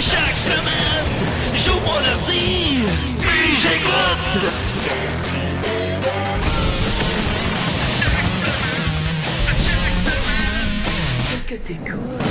Chaque semaine, j'ouvre mon ordi, puis j'écoute. Qu'est-ce que t'écoutes?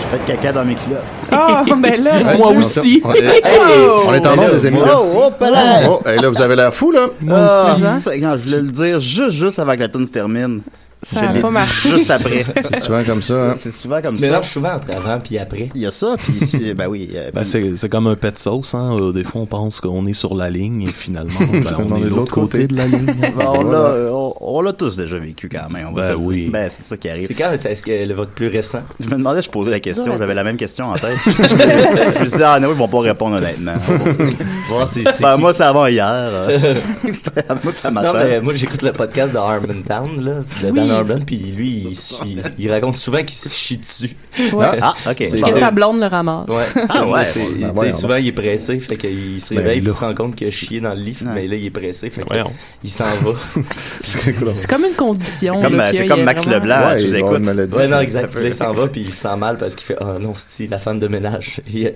J'ai fait de caca dans mes culottes. Ah, ben là, Ouais, moi on est- aussi. on est- Oh! On est en Hey, ordre, là, les amis. wow, là. hop là. Oh, hey, là, vous avez l'air fou, là. Ah, aussi, hein? c'est- quand je voulais le dire juste, juste avant que la tune se termine. Ça je a l'ai pas dit marché. juste après. C'est souvent comme ça. hein. c'est souvent comme Tu ça. mélanges souvent entre avant puis après. Il y a ça, puis ici, ben oui. euh, Ben, puis- c'est, c'est comme un pet de sauce, hein. Euh, des fois, on pense qu'on est sur la ligne et finalement, ben, on est de l'autre côté de la ligne. Ben, on l'a, euh, on- on l'a tous déjà vécu quand même. On va Ben se le dire. oui. Ben, c'est ça qui arrive. C'est quand est-ce que le vote plus récent? Je me demandais, je posais la question, j'avais la même question en tête. je me suis dit, ah non, ils vont pas répondre honnêtement. Voir si c'est ben, qui. moi, c'est avant hier. hein. C'était- moi, c'est à Non, matin. mais moi j'écoute le podcast de Harmontown, là, de Oui. Dan Harmon, puis lui, il, s- il- il raconte souvent qu'il se chie dessus. Ah, Ah, ok. C'est- Que Bon. sa blonde le ramasse. Ouais, Ah ouais. c'est- Bon, tu sais, voyons souvent il est pressé, fait qu'il se Ben, réveille, puis là. il se rend compte qu'il a chié dans le lit, mais là il est pressé, fait Voyons. qu'il s'en va. C'est cool. C'est comme une condition. C'est comme, là, euh, qu'il y a- c'est comme il y a Max vraiment- Leblanc. Ah, Ouais, je vous il va avoir écoute. une maladie. Ouais, non, exact. Puis là, il s'en va, puis il se sent mal parce qu'il fait Ah non, c'est la femme de ménage. Il- il-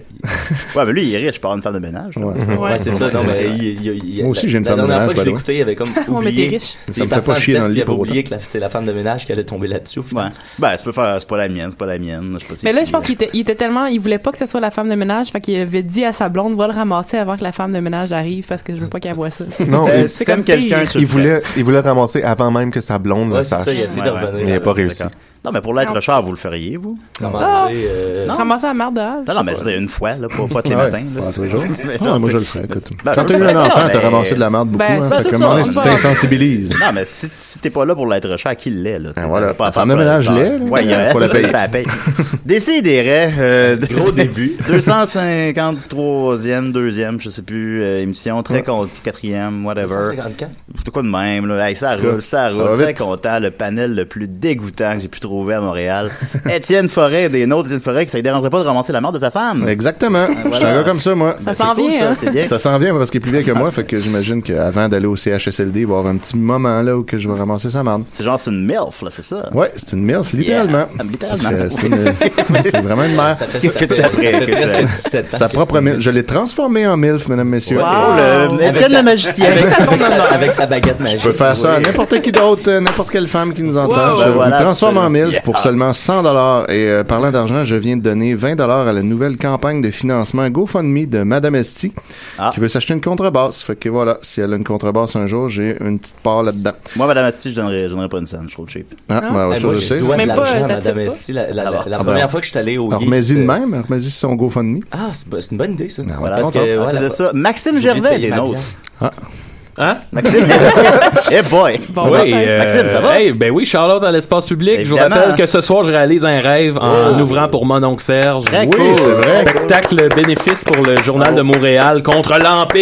Ouais, mais lui, il est riche, pas une femme de ménage. là. Ouais. Ouais. Ouais, c'est ça. Non, mais il, il, il- Moi aussi, j'ai une la- femme de La dernière fois ménage, que je l'ai by the way. écouté, il avait comme Ouais, mais t'es oublié. riche. Il Ça me est fait parti pas en chier test, dans le puis lit il avait pour oublié que la- c'est la femme de ménage qui allait tomber là-dessus. au final. Ouais. Ben, tu peux faire, c'est pas la mienne, c'est pas la mienne. Je sais pas si- Mais là, je pense qu'il était, il était tellement, il voulait pas que ce soit la femme de ménage, fait qu'il avait dit à sa blonde, va le ramasser avant que la femme de ménage arrive parce que je veux pas qu'elle voit ça. Non, Euh, il, si c'est t'aimes comme quelqu'un, pire. tu le il fais. voulait, il voulait ramasser avant même que sa blonde Ouais, le c'est sache. ça, il a essayé Ouais, de ouais. revenir. Mais il a dans pas le- réussi. d'accord. Non, mais pour l'être cher, vous le feriez, vous? Commencer. euh, Non. Ramasser la merde dehors. Non, non, mais je veux dire, une fois, là, pas, pas tous les Ah ouais, matins. là. pas tous les jours. Mais Ah, genre, moi, c'est- je le ferais, écoute. Ben, Quand je t'as le eu ferais. un enfant, Non, t'as mais- ramassé de la merde beaucoup. Ben, hein. ça, Fait c'est que ça, moment on donné, va- tu t'insensibilises. Non, mais si, si t'es pas là pour l'être cher, qui l'est, là? Ben voilà, Pas- la femme de pas- ménage pas- l'est, là. Ouais, il y a Faut la payer. la paye. Décidérez, euh, de- Gros début. 253e, deuxième, je sais plus, euh, émission, très content, quatrième, whatever. 154. De quoi de même, là? Hey, ça tout cas, roule, ça ça va roule. Très vite. content. Le panel le plus dégoûtant que j'ai pu trouver à Montréal. Étienne Forêt, des nôtres d'Étienne Forêt, que ça ne dérangerait pas de ramasser la mort de sa femme. Exactement. Je suis un gars comme ça, moi. Ça C'est s'en cool, vient, ça, hein. c'est bien. Ça s'en vient parce qu'il est plus vieux que moi, fait que j'imagine qu'avant d'aller au CHSLD, il va y avoir un petit moment là où que je vais ramasser sa merde. C'est genre, c'est une MILF, là, c'est ça? Ouais, c'est une MILF, littéralement. Yeah, Parce littéralement. que c'est une- c'est vraiment une mère. Ça fait ça que tu fait- ça apprends, fait que tu- presque 17 ans Sa que propre c'est- MILF. Je l'ai transformée en MILF, mesdames, messieurs. Wow. Oh, le... Avec Étienne le magicien. Avec sa- Avec sa baguette magique. Je peux faire ça à n'importe qui d'autre, euh, n'importe quelle femme qui nous entend. Wow. je Ben vous voilà, transforme en absolument. MILF pour seulement 100 dollars. Et euh, parlant d'argent, je viens de donner 20 dollars à la nouvelle campagne de financement GoFundMe de Madame Esti, Ah. qui veut s'acheter une contrebasse. Fait que voilà, si elle a une contrebasse un jour, j'ai une petite part là-dedans. Moi, Madame Asti, je donnerais, je donnerais pas une scène, je trouve cheap. Ah, Ah. ben, Eh, ouais, ça, moi, je je sais. dois de Même pas, l'argent à t'acceptes Madame pas? Esti. La, la- Ah bah. la Ah première bah. fois que je suis allé au Alors, Geeks, remets-y de euh, même, remets-y son GoFundMe. Ah, c'est bah, c'est une bonne idée, ça. Ah, voilà. Parce que, Contente. ouais, Ah, c'est la- de ça. Maxime J'ai oublié de Gervais, payer ma des nôtres. bière. Hein? Maxime. Eh boy. Bon, oui, matin. euh, Maxime, ça va? hey, ben oui, Charlotte à l'espace public. Je Évidemment. vous rappelle que ce soir, je réalise un rêve en ouvrant pour mon oncle Serge. Très Oui, cool. c'est vrai. Spectacle bénéfice pour le Journal de Montréal contre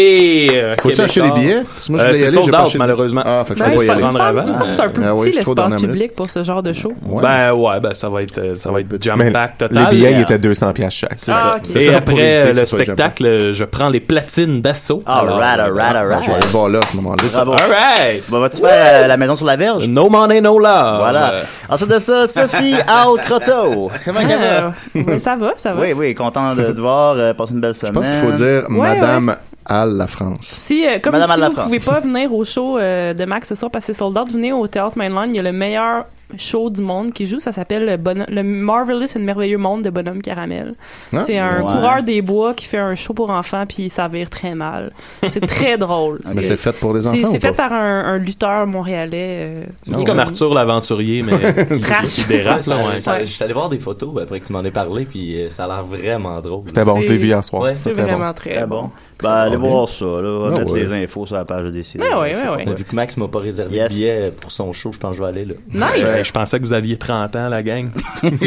l'Empire. Faut-tu Québécois. acheter les billets? Parce que moi, je Euh, voulais y c'est aller, sold j'ai pas out, acheté- malheureusement. Ah, fait que Ben, Ben, faut pas il y faut il aller. prendre faut- avant. il faut que c'est un peu Ah oui, petit je suis trop l'espace dernière minute. public pour ce genre de show. Ouais. Ben ouais, ben ça va être, euh, ça va être Mais jam-pack total. les billets, ils étaient 200 pièces chaque. C'est Ah, ça. ok. Et C'est ça pour éviter après euh, que le ça soit spectacle, euh, je prends les platines d'assaut. Alors, Alright, euh, alright, Ah, Je vais alright. aller voir là, à ce moment-là. Bravo. All right. Bah, vas-tu faire euh, la maison sur la verge? No money, no Ah, love. Voilà. Euh, Ensuite de ça, Sophie Al Croteau. Comment elle Euh, va? ouais, ça va, ça va. Oui, oui, content de te voir. euh, Passe une belle semaine. Je pense qu'il faut dire Ouais, Madame à la France. Si, euh, comme Madame si Anne vous Lafrance. pouvez pas venir au show euh, de Max ce soir parce que c'est sold out, venez au Théâtre Mainline. Il y a le meilleur show du monde qui joue. Ça s'appelle le, Bonhomme- le Marvelous et le merveilleux monde de Bonhomme Caramel. Hein? C'est un Ouais. coureur des bois qui fait un show pour enfants puis il s'avère très mal. C'est très drôle. Ah, Mais c'est fait pour les C'est- enfants ou C'est fait pas? par un, un lutteur montréalais. euh, C'est comme Arthur l'aventurier, mais Crash. il dérape là, Ça- ouais. ça- Je suis allé voir des photos après que tu m'en aies parlé, puis euh, ça a l'air vraiment drôle. C'était bon, je l'ai C'est- vu hier soir. Ouais, C'est C'était bon. vraiment très Très Eh bon. bon. Ben, allez Ah, voir ça, là. On va Ah, mettre ouais. Ah les infos sur la page de décider. Ouais, ouais, ouais, ouais. Vu que Max m'a pas réservé Yes. de billet pour son show, je pense que je vais aller là. Nice! Ben, je pensais que vous aviez 30 ans, la gang.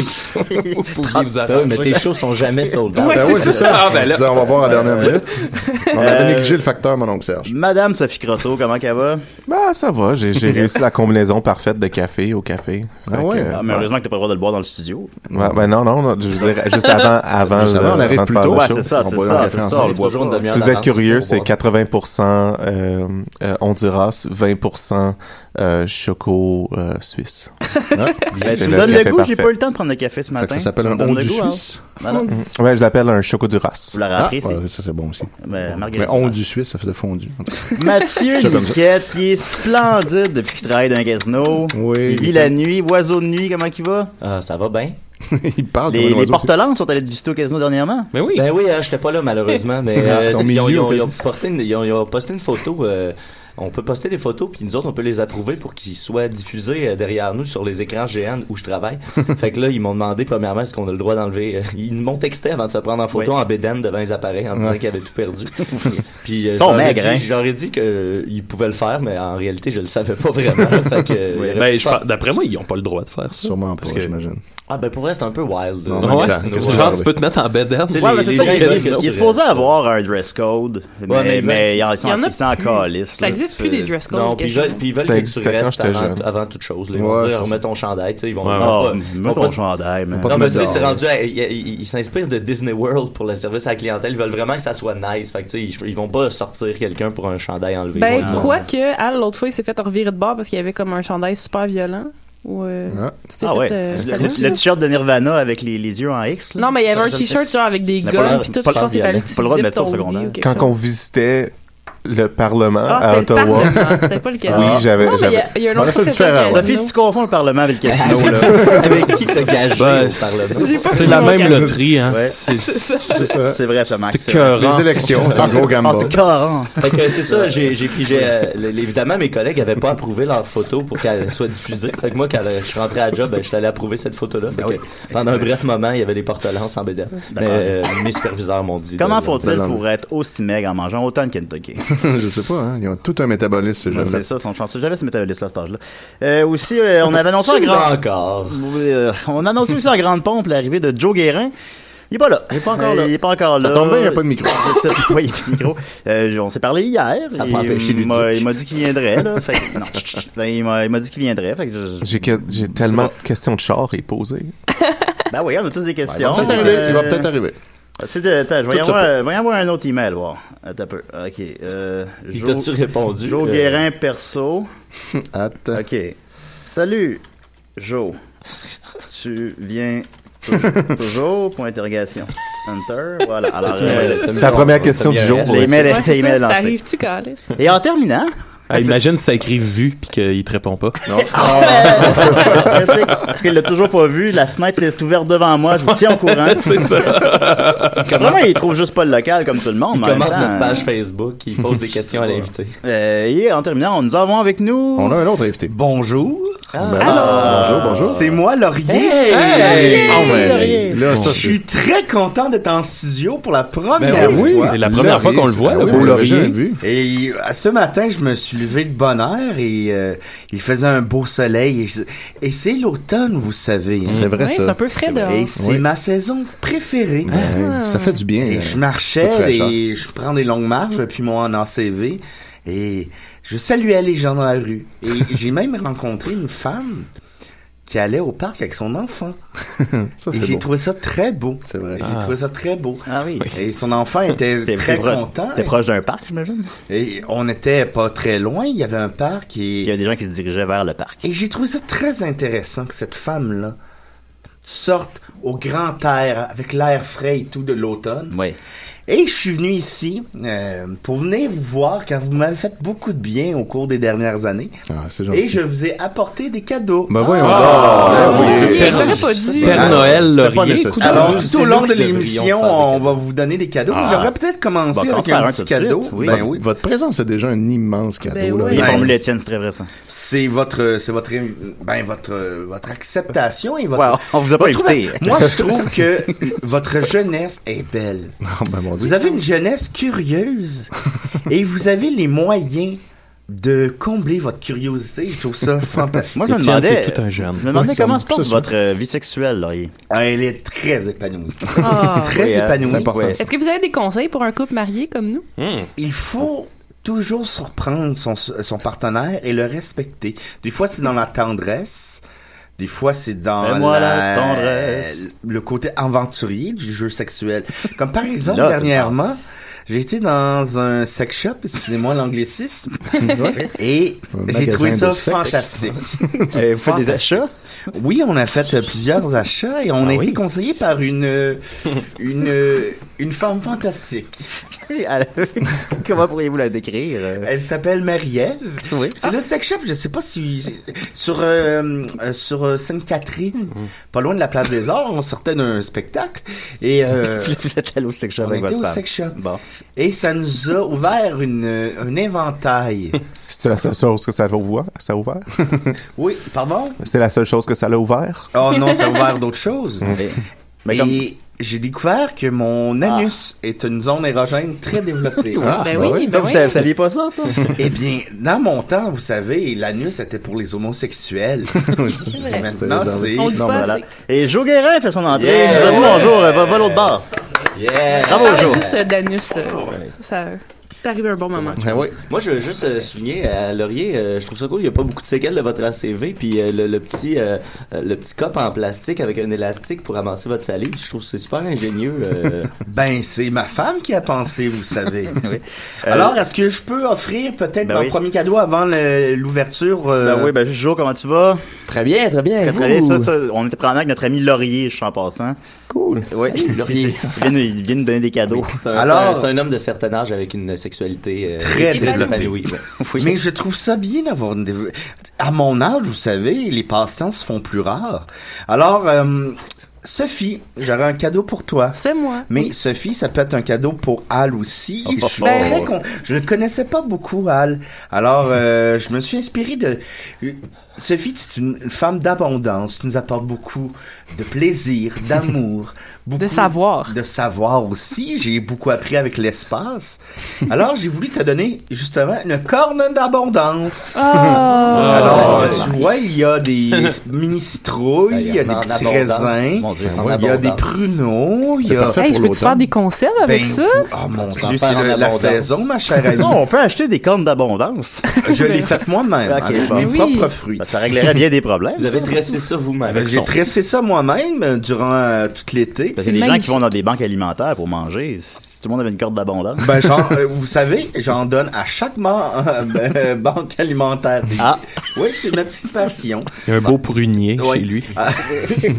vous pouviez vous Ah oui, arranger. mais tes shows sont jamais sold out. Ouais, Ben c'est oui, c'est ça. Ah, ben on, là. se disait, on va voir à la dernière minute. On Euh, avait négligé le facteur, mon oncle Serge. Madame Sophie Croteau, comment qu'elle va? Bah, ça va, j'ai j'ai réussi la combinaison parfaite de café au café. Ah Fait ouais. que, Ah, mais heureusement que t'as pas le droit de le boire dans le studio. ouais, ben non, non, non, je veux dire, juste avant, avant, Juste avant, on de- arrive de plus faire tôt. le Ouais, show. c'est ça, On c'est boit ça, le c'est café ça, on le ensemble. boit Toujours une pas. demi-heure Si vous êtes d'avance curieux, pour c'est voir. 80% euh, euh, Honduras, 20% euh, Choco euh, Suisse. Ben, C'est tu me le donnes le café goût, j'ai parfait. pas eu le temps de prendre le café ce Fait que matin. ça s'appelle Tu un me donnes on le du goût, hein? Suisse. Madame, Ouais, je l'appelle un Choco Duras. Vous la Ah, rappelez, c'est ouais, ça c'est bon aussi. ben, Mais Marguerite. on du Suisse, ça fait de fondu. Mathieu C'est comme ça. Niquette, il est splendide depuis qu'il travaille dans un casino. Oui. Il vit la nuit, oiseau de nuit, comment qu'il va? Ah, ça va bien? Il parle Les, Ah, comme un les oiseau, portelans sont allés te visiter au casino dernièrement. Mais oui. Ben oui, hein, j'étais pas là malheureusement, mais Ah, euh, ils sont ils, ont, milieux, ils ont- qu'est-ce ils ont porté une- ils ont- ils ont posté une photo. euh, on peut poster des photos, puis nous autres, on peut les approuver pour qu'ils soient diffusés euh, derrière nous sur les écrans géants où je travaille. fait que là, ils m'ont demandé, premièrement, est-ce qu'on a le droit d'enlever. euh, ils m'ont texté avant de se prendre en photo en bédaine devant les appareils en disant qu'ils avaient tout perdu. puis euh, Ils sont j'aurais maigres, dit- hein. j'aurais dit qu'ils pouvaient le faire, mais en réalité, je le savais pas vraiment. fait que, euh, il aurait Ben, pu je faire- pense- d'après moi, ils ont pas le droit de faire ça. Sûrement pas, Parce que- j'imagine. Ah, ben pour vrai, c'est un peu wild. Non, euh, en Ouais, même temps, c'est- qu'est-ce que genre, tu tu peux te mettre en bed Tu sais, Ouais, mais c'est les ça, gens, il, ils veulent il- que il est tu supposé restes. avoir un dress code, mais, mais exact. mais ils Il y sont, en a ils sont en plus. calice. Ça là, existe tu plus fais- les dress codes. Non, au puis ils casino. veulent, puis ils veulent Ça que tu existait quand restes j'étais avant, jeune. avant toute chose. là. Ils Ouais, vont c'est dire, ça. remets ton chandail, tu sais, ils vont, Ouais, ils ouais. vont Ah, pas- ils vont mets pas ton te- chandail, man. pas Non, te mais mettre tu sais, c'est dehors. rendu à- ils- ils ils s'inspirent de Disney World pour le service à la clientèle. Ils veulent vraiment que ça soit nice. Fait que, tu sais, ils, ils vont pas sortir quelqu'un pour un chandail enlevé. Ben, Ils vont- quoi que, Al, l'autre fois, il s'est fait revirer de bord parce qu'il y avait comme un chandail super violent. Ou, euh, Ah. tu t'es Ah fait, ouais. euh, Le, faire le- ça. le t-shirt de Nirvana avec les, les yeux en X. là. Non, mais il y avait un Ça, ça, t-shirt c'est- genre avec des c'est pas guns, grave, puis tout, je c'est pas pense qu'il fallait violent. que tu Pas le droit de zippes mettre ça au ton secondaire. hoodie ou quelque Quand chose. on visitait le Parlement Ah, à c'était le Ottawa, Parlement, c'était pas le cas. oui, j'avais... Non, mais il y j'avais- a- il y a un Ah, autre ça, truc c'est différent. avec le Sophie, casino. si tu confonds le Parlement avec Ah, le casino, là. Avec qui t'as gagé Ben, au Parlement? J'ai pas C'est fait la mon même gage. loterie, hein. Ouais. C'est c'est C'est Ah, ça. C'est vrai, ça, Max. c'est vrai. écœurant. Les élections, c'est un gros En tout gamble. cas, hein. Fait que c'est ça, j'ai, j'ai pigé. euh, l- évidemment, mes collègues avaient pas approuvé leur photo pour qu'elle soit diffusée. Fait que moi, quand euh, je suis rentré à la job, ben, je suis allé approuver cette photo-là. Fait que pendant un bref moment, il y avait des portelances en bédard. Mais euh, mes superviseurs m'ont dit. Comment de- font-ils Bellamy. pour être aussi maigres en mangeant autant de Kentucky? Je sais pas, hein. Ils ont tout un métabolisme, ces Ouais, gens-là. Bah, Ben, C'est ça, son chanceux. J'avais ce métabolisme à cet âge-là. Euh, aussi, euh, on avait annoncé en Tu l'as grand... encore. Euh, on annonçait aussi en grande pompe l'arrivée de Joe Guérin. Il est pas là. Il est pas encore Euh, là. Il est pas encore Ça là. tombe bien, il n'y a pas de micro. Je sais pas, ouais, il y a plus de micro. Euh, on s'est parlé hier. Ça a Il pas empêché Luduc. m'a- Il m'a dit qu'il viendrait, là. Fait que- non, chut, chut. Ben, il m'a il m'a dit qu'il viendrait. Fait que je- je- J'ai que- j'ai tellement de questions de char et posées. Ben oui, on a tous des Il questions. va peut-être arriver. Euh, Il va peut-être arriver. c'est de- attends, je vais y Tout avoir, se peut. euh, je vais y avoir un autre email, voir. Attends un peu. OK. Euh, Il Joe- t'a-tu répondu? Joe euh, Guérin perso. Attends. OK. Salut, Joe. tu viens tou- toujours? Point d'interrogation. Enter. Voilà. Alors, tu m'as- euh, t'as mis la ton- première t'as question mis du un jour. S. les emails, Ouais, les c'est emails ça, lancés. T'arrives-tu, Calice? Et en terminant, Ah, imagine si ça écrit vu puis qu'il te répond pas. Ah, Ah, ben. parce qu'il l'a toujours pas vu, la fenêtre est ouverte devant moi, je vous tiens au courant. C'est ça. Vraiment, il trouve juste pas le local comme tout le monde. Il mais en même commente temps, notre page Facebook, il pose des questions à l'invité. euh, et en terminant, on nous avons avec nous. On a un autre invité. Bonjour. Ah. Ben, Bonjour, bonjour. Euh, C'est moi, Laurier. Ah, ouais, Laurier. Là, ça, Je suis très content d'être en studio pour la première Ben oui, fois. C'est la première fois qu'on le voit, Ah le oui, beau on l'avait laurier. jamais vu. Et euh, ce matin, je me suis levé de bonne heure et euh, il faisait un beau soleil. Et, et c'est l'automne, vous savez. hein. C'est vrai, Ouais, c'est un ça. peu frais dehors. Et c'est Oui. ma saison préférée. Ah. Ben, Ça fait du bien. Et euh, je toute marchais fraîcheur. et je prends des longues marches depuis mon ACV et je saluais les gens dans la rue. Et j'ai même rencontré une femme qui allait au parc avec son enfant. Ça, Et c'est j'ai beau. trouvé ça très beau. C'est vrai. Et J'ai trouvé ça très beau. Ah oui. Et son enfant était T'es- très t'es pro- content. T'es proche d'un parc, j'imagine? Et on n'était pas très loin. Il y avait un parc Il y a et, des gens qui se dirigeaient vers le parc. et j'ai trouvé ça très intéressant que cette femme-là sorte au grand air avec l'air frais et tout de l'automne. Oui. Et je suis venu ici euh, pour venir vous voir car vous m'avez fait beaucoup de bien au cours des dernières années. Ah, c'est Et gentil. je vous ai apporté des cadeaux. Ben voyons Ah, donc. oui. Ben oui. Je l'aurais pas dit. Père Ah, Noël, c'était pas Laurier. nécessaire. écoute, Alors, nous, tout c'est au nous long qui de devrions l'émission, faire des on cadeaux. va vous donner des cadeaux. Ah. J'aurais peut-être commencé Bon, commence avec par un un petit tout de cadeau. suite, oui. Ben Votre- oui. Votre présence est déjà un immense cadeau. Ben là. Ah, oui. Les Nice. formules Étienne, c'est très vrai, ça. C'est votre, c'est votre, ben votre, votre acceptation et votre. Ouais, on vous a pas votre- invité. Moi, je trouve que votre jeunesse est belle. Ah, ben, mon Vous avez une jeunesse curieuse et vous avez les moyens de combler votre curiosité. Je trouve ça fantastique. Moi, je me Étienne, demandais, c'est tout un jeune. je me demandais Ouais, ça comment me- se porte ça, ça. votre euh, vie sexuelle, Laurier. elle est très épanouie. Ah. Très Oui, hein, épanouie. c'est important, Est-ce que vous avez des conseils pour un couple marié comme nous? Il faut toujours surprendre son, son partenaire et le respecter. Des fois, c'est dans la tendresse. Des fois, c'est dans Fais-moi la- la tendresse. le côté aventurier du jeu sexuel. Comme par exemple, Là, tu dernièrement, j'ai été dans un sex shop, excusez-moi l'anglicisme, et Un j'ai magasin trouvé ça de sexe. fantastique. Et vous faites des achats? Oui, on a fait euh, plusieurs achats et on a Ah été oui? conseillé par une euh, une euh, une femme fantastique. Comment pourriez-vous la décrire? euh? Elle s'appelle Marie-Ève. C'est le sex shop, je sais pas si c'est- sur euh, euh, sur euh, Sainte-Catherine, pas loin de la place des Arts, on sortait d'un spectacle et euh, vous êtes allé au sex shop on avec était votre au femme. sex shop. Bon. Et ça nous a ouvert une euh, un inventail. C'est la seule chose que ça l'a ouvert? Ça a ouvert? oui, pardon. C'est la seule chose que ça l'a ouvert? Oh non, ça a ouvert d'autres choses. Mm. Et j'ai découvert que mon anus est une zone érogène très développée. Ah, Ben oui, oui. ben Vous oui. sa- saviez pas ça, ça? eh bien, dans mon temps, vous savez, l'anus était pour les homosexuels. vrai. Maintenant, c'est... On dit pas Voilà. assez. Et Joe Guérin fait son entrée. Yeah. Bravo, bonjour. euh, Va, va l'autre bar. Ah, Bravo, Parlez Joe. juste euh, d'anus. euh, Ça, t'es arrivé à un bon moment. Ben Moi, je veux juste euh, souligner à Laurier, euh, je trouve ça cool, il n'y a pas beaucoup de séquelles de votre ACV, puis euh, le, le petit euh, euh, le petit cop en plastique avec un élastique pour amasser votre salive, je trouve que c'est super ingénieux. euh. Ben, c'est ma femme qui a pensé, vous savez. Alors, est-ce que je peux offrir peut-être Euh, Ben mon oui. premier cadeau avant le- l'ouverture? Euh, euh, Ben oui, ben Jo, comment tu vas? Très bien, très bien. Très, et très bien. vous? Ça, ça, on était prenant avec notre ami Laurier, je suis en passant. Cool. Oui, Laurier. Il vient, nous- il vient nous donner des cadeaux. C'est un- Alors- c'est un, homme de certain âge avec une sexualité euh, Très développée. épanouie. ouais. Mais je trouve ça bien d'avoir une dévo- À mon âge, vous savez, les passe-temps se font plus rares. Alors, euh, Sophie, j'aurais un cadeau pour toi. C'est moi. Mais Sophie, ça peut être un cadeau pour Al aussi. je, suis Ben- très con- je ne connaissais pas beaucoup Al. Alors, euh, je me suis inspiré de... euh, Sophie, tu es une femme d'abondance. Tu nous apportes beaucoup de plaisir, d'amour. de savoir. De savoir aussi. J'ai beaucoup appris avec l'espace. Alors, j'ai voulu te donner, justement, une corne d'abondance. Ah. Alors, Ah, tu nice. vois, il y a des mini Ben, citrouilles, il y a des En petits abondance. raisins, Mon Dieu, en il y a des abondance. pruneaux, il y a... Hey, je peux-tu faire des conserves avec Ben, ça? vous- Ah, mon Tu Dieu, vas c'est faire en le- la abondance. saison, ma chère Ça, on amie. peut acheter des cornes d'abondance. Je l'ai faite moi-même, Ok, avec bon. mes Oui. propres fruits. Ben, ça réglerait bien des problèmes. Vous avez dressé ça vous-même. Ben, J'ai tressé ça moi-même euh, durant euh, tout l'été. Parce qu'il y a des gens qui vont dans des banques alimentaires pour manger. Si tout le monde avait une corde d'abondance. Ben, genre, euh, vous savez, j'en donne à chaque ban- euh, banque alimentaire. Ah. Oui, c'est ma petite passion. Il y a un beau prunier Ouais. chez lui. Ah,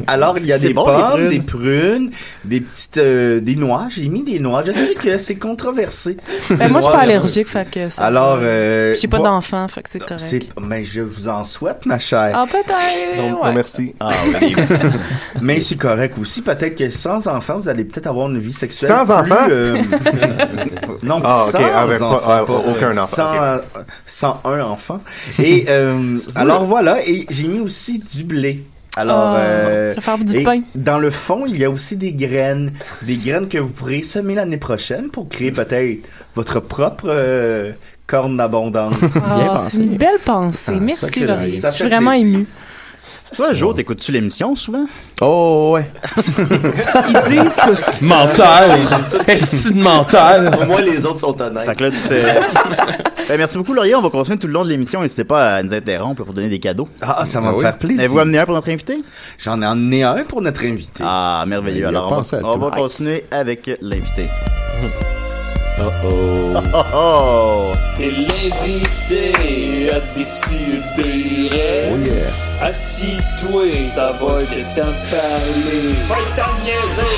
Alors, il y a C'est des bon, les pommes, prunes. des prunes, des petites, euh, des noix. J'ai mis des noix. Je sais que c'est controversé. Ben, moi, je suis pas Noix, allergique, fait que ça. Alors, euh, J'ai pas vo- d'enfant, fait que c'est correct. c'est- Mais je vous en souhaite, ma chère. Ah, peut-être. Non, ouais. non, merci. Ah oui. Mais c'est correct aussi. Peut-être que sans enfant, vous allez peut-être avoir une vie sexuelle. Sans plus, enfant? euh, non, Ah, ok. sans Ah, ben, pas- enfant. ah, pas- aucun enfant, Sans, ok. euh, sans un enfant. Et euh, alors voilà. Et j'ai mis aussi du blé. Alors, Ah, euh, je vais faire du et pain. dans le fond, il y a aussi des graines, des graines que vous pourrez semer l'année prochaine pour créer peut-être votre propre euh, corne d'abondance. Ah, c'est une belle pensée. Ah, Merci, sacré Laurier. Ça Je suis fait vraiment plaisir. ému. Toi, Jo, t'écoutes-tu l'émission souvent? Oh, ouais. Ils disent que Mental. Est-ce mental? Ah, Au moins, les autres sont honnêtes. Fait que là, tu sais- Ben, merci beaucoup, Laurier. On va continuer tout le long de l'émission. N'hésitez pas à nous interrompre pour donner des cadeaux. Ah, ça va me Ben oui. faire Avez-vous plaisir. amené un pour notre invité? J'en ai emmené un pour notre invité. Ah, merveilleux. Il a Alors, on pensé va, à on tout. va continuer avec l'invité. Oh, oh. Oh, oh! T'es l'invité à décider. Oh yeah. Assis-toi, ça va être le temps de parler. Va t'en niaiser.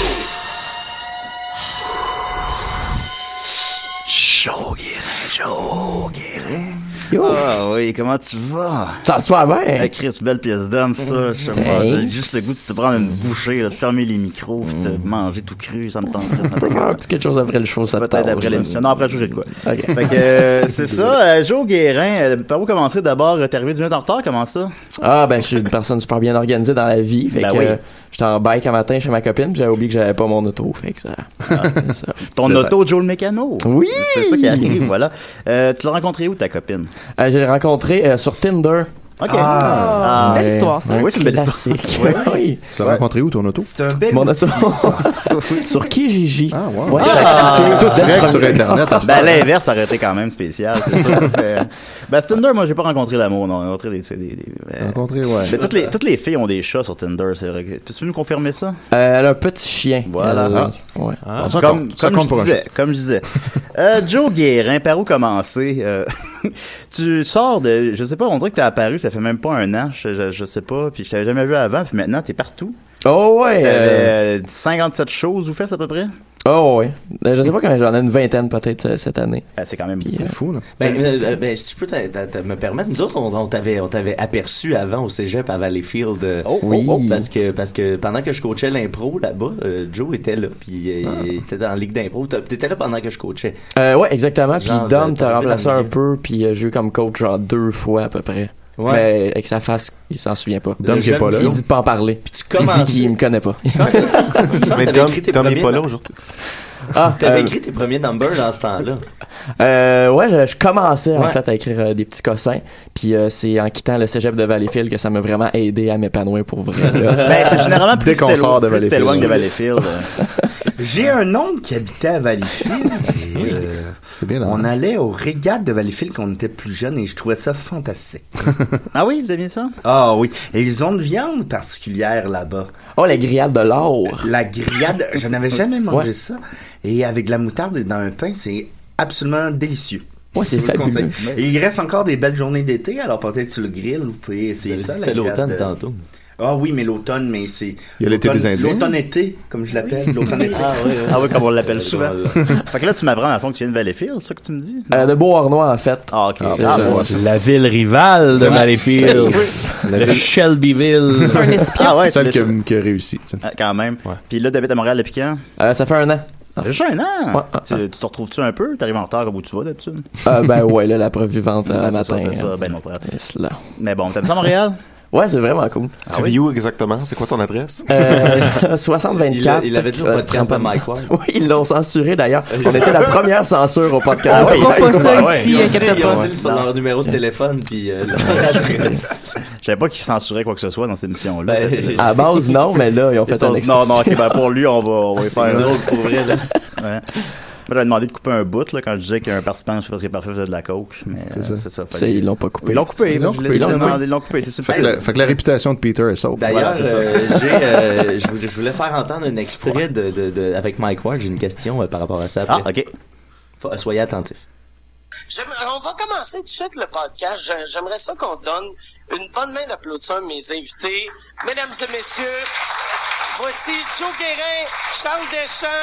Joe Guérin, Joe Guérin. Yo! Ah oui, comment tu vas? Ça se va bien. Hey, Chris, belle pièce d'âme, ça. Je te Thanks. Mm. vois, j'ai juste le goût de te prendre une bouchée, là, de fermer les micros, puis de manger tout cru, ça me tente. ça me tente. Un petit quelque chose après le show, ça te Peut-être tente, après je me l'émission. dis. Non, après, je j'ai de quoi. Ok. Fait que, euh, c'est ça. Euh, Joe Guérin, euh, par où commencer d'abord? Euh, T'es arrivé 10 minutes en retard, comment ça? Ah, ben, je suis une personne super bien organisée dans la vie. Fait Ben que oui. euh, j'étais en bike un matin chez ma copine, puis j'avais oublié que j'avais pas mon auto. Fait que ça. c'est ça. Ton C'est auto, Joe le mécano. Oui! C'est ça qui arrive, voilà. Euh, tu l'as rencontré où, ta copine? vrai. Euh, je l'ai rencontré euh, sur Tinder. OK. Ah, Ouais. belle histoire, ça. Oui, c'est une belle Classique. histoire. Ouais. oui. Tu l'as rencontré où ton auto? C'est un bel Mon auto. outil, ça. sur qui, Gigi? Ah, wow. Ouais, Ah! ça a cliqué. Tout direct sur Ah, Internet, à ce Ben, temps. l'inverse aurait été quand même spécial, c'est sûr. Euh, ben, sur Tinder, moi, j'ai pas rencontré l'amour, non. J'ai rencontré des. des, des- euh, Rencontré, ouais. Mais toutes les, toutes les filles ont des chats sur Tinder, c'est vrai. que- Peux-tu nous confirmer ça? Euh, elle a un petit chien. Voilà. Elle- Ah. ouais. comme, comme je disais, comme je disais. Euh, Joe Guérin, par où commencer? Euh, tu sors de, je sais pas, on dirait que t'es apparu, ça fait même pas un an, je, je, je sais pas, puis je t'avais jamais vu avant, puis maintenant t'es partout. Oh, ouais. euh, T'avais 57 choses ou faites à peu près? Oh, ouais. Euh, Je sais pas quand j'en ai une vingtaine, peut-être, euh, cette année. Ah, c'est quand même Puis, euh, fou, là. Ben, euh, ben, si tu peux t'a- t'a- t'a- me permettre, nous autres, on, on t'avait, on t'avait aperçu avant au cégep à Valleyfield. euh, Oh, Oui. parce que, parce que pendant que je coachais l'impro là-bas, euh, Joe était là, puis euh, il Ah. était dans la ligue d'impro. T'a- T'étais là pendant que je coachais. Euh, ouais, exactement. Puis Genre, euh, Dom t'as t'a enlevé remplacé dans le un peu, puis euh, j'ai eu comme coach genre deux fois à peu près. Ouais. Mais avec sa face, il s'en souvient pas. Dom Le qui est jeune pas là. Il dit de pas en parler. Puis tu Il commences- dit qu'il me connaît pas. Ah, Mais Dom- Dom est pas là aujourd'hui. Ah, T'avais euh, écrit tes premiers numbers dans ce temps-là. Euh, ouais, je, je commençais en Ouais. fait à écrire euh, des petits cossins. Puis euh, c'est en quittant le cégep de Valleyfield que ça m'a vraiment aidé à m'épanouir pour vrai. là. Ben, c'est généralement plus Dès qu'on t'éloignes- sort de plus Valleyfield. t'éloignes de Valleyfield. euh, J'ai un oncle qui habitait à Valleyfield. et, euh, C'est bien, on là. allait aux régates de Valleyfield quand on était plus jeunes et je trouvais ça fantastique. Ah oui, vous aimiez ça? Ah oui. Et ils ont une viande particulière là-bas. oh, la grillade de l'or. La grillade, je n'avais jamais mangé Ouais. ça. Et avec de la moutarde et dans un pain, c'est absolument délicieux. Ouais, c'est Je vous le fabuleux. conseille. Et il reste encore des belles journées d'été, alors peut-être sur le grill, vous pouvez essayer T'avais dit ça. que la C'était grillade l'automne de- tantôt. Ah oui, mais l'automne, mais c'est... Il y a l'été l'automne- des Indiens. L'automne-été, comme je l'appelle, l'automne-été. Ah oui, comme on Euh, l'appelle souvent. drôle. fait que là, tu m'apprends à fond que tu viens de Valleyfield, c'est ça que tu me dis? Euh, de Beauharnois en fait. Ah, ok. Ah, c'est ça. bon. La ville rivale de C'est- Valleyfield. La Le ville- Shelbyville. C'est un espion. Ah ouais, Celle c'est qui a, qui a réussi, tu sais. Ah, quand même. Puis là, t'habites à Montréal depuis quand? Euh, ça fait un an. T'as Déjà un an. Ouais, ah, tu, tu te retrouves-tu un peu? T'arrives en retard comme où tu vas d'habitude? Euh, ben ouais, là, la preuve vivante euh, Ah, c'est matin. ça, c'est ça, hein. ben non, frère. C'est cela. Mais bon, t'aimes ça Montréal? Ouais, c'est vraiment cool. Tu vis où exactement? C'est quoi ton adresse? Euh, 60-24. Il a- il avait dit au euh, podcast de 30. Mike Ward. Oui, ils l'ont censuré d'ailleurs. On était la première censure au podcast. Ah oui, Pourquoi pas ça ouais. ici, Ils ont euh, dit- capte ils ont pas? dit sur leur numéro de téléphone, puis euh, leur adresse. Je savais pas qu'il censurait quoi que ce soit dans cette émission-là. Ben, Fait que- À base, non, mais là, ils ont Fait fait qu'on un se dit, non, non, exception. ok, ben pour lui, on va, on va y faire un drôle pour vrai, là. Ouais. Moi, j'avais demandé de couper un bout là, quand je disais qu'un participant, je sais pas ce qu'il parfait, faisait de la coke. Mais, euh, ça. c'est ça. C'est- Fallait- Ils l'ont pas coupé. Ils l'ont coupé. Ils l'ont je coupé, l'ai ils l'ont demandé, coupé. Ils l'ont coupé, c'est sûr. Fait que, la, fait que la réputation de Peter est sauve. D'ailleurs, Voilà, c'est ça. euh, j'ai, euh, je, vou- je voulais faire entendre un extrait de, de- de- avec Mike Ward. J'ai une question euh, par rapport à ça. Ah, après. ok. Faut- euh, soyez attentifs. J'aime- euh, On va commencer tout de suite le podcast. J'a- J'aimerais ça qu'on donne une bonne main d'applaudissement à mes invités. Mesdames et messieurs, voici Joe Guérin, Charles Deschamps.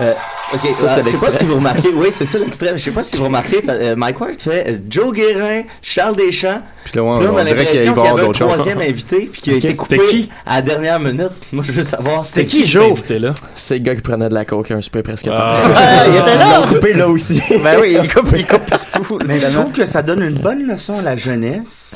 Euh, ok, Ça, c'est je sais pas l'extrait. si vous remarquez. Oui, c'est ça l'extrait. Je sais pas si vous remarquez. euh, Mike Ward fait euh, Joe Guérin, Charles Deschamps. Puis là, ouais, Puis là, on, on a dirait qu'il l'impression va qu'il y y avoir avait un d'autres choses. troisième invité puis qui a Ok, été c'était coupé qui? à la dernière minute. Moi, je veux savoir c'était qui. Joe? là? C'est le gars qui prenait de la coke, un spray presque Ah. Ah, il était là! coupé là aussi. Ben oui, il coupe, il coupe partout. Mais je évidemment. trouve que ça donne une bonne leçon à la jeunesse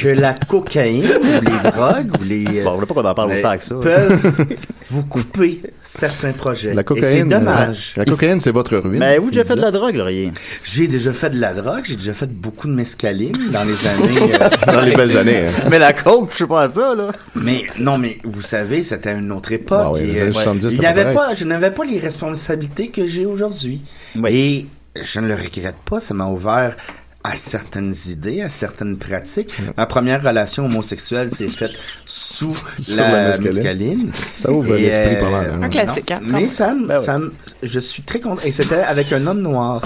que la cocaïne ou les drogues ou les... euh, Bon, on voulait pas qu'on en Ah, parle euh, autant que ça. peuvent vous couper certains projets. Et La c'est cocaïne. euh, dommage. La cocaïne, c'est votre ruine. Mais vous, Ben, j'ai fait de la drogue, Laurier. J'ai déjà fait de la drogue, j'ai déjà fait beaucoup de mescaline dans les années. euh, Dans les belles années. hein. Mais la coke, je sais pas à ça, là. mais non, mais vous savez, c'était une autre époque. Ah oui, et, les années euh, 70, il c'était n'y pas avait pareil. pas, je n'avais pas les responsabilités que j'ai aujourd'hui. Et je ne le regrette pas, ça m'a ouvert à certaines idées, à certaines pratiques. Ma première relation homosexuelle s'est faite sous, Sur la, la mescaline. mescaline. Ça ouvre Et, l'esprit euh, pas mal. Un hein. classique, hein? Mais ça, me- Ben oui. ça me- je suis très content. Et c'était avec un homme noir.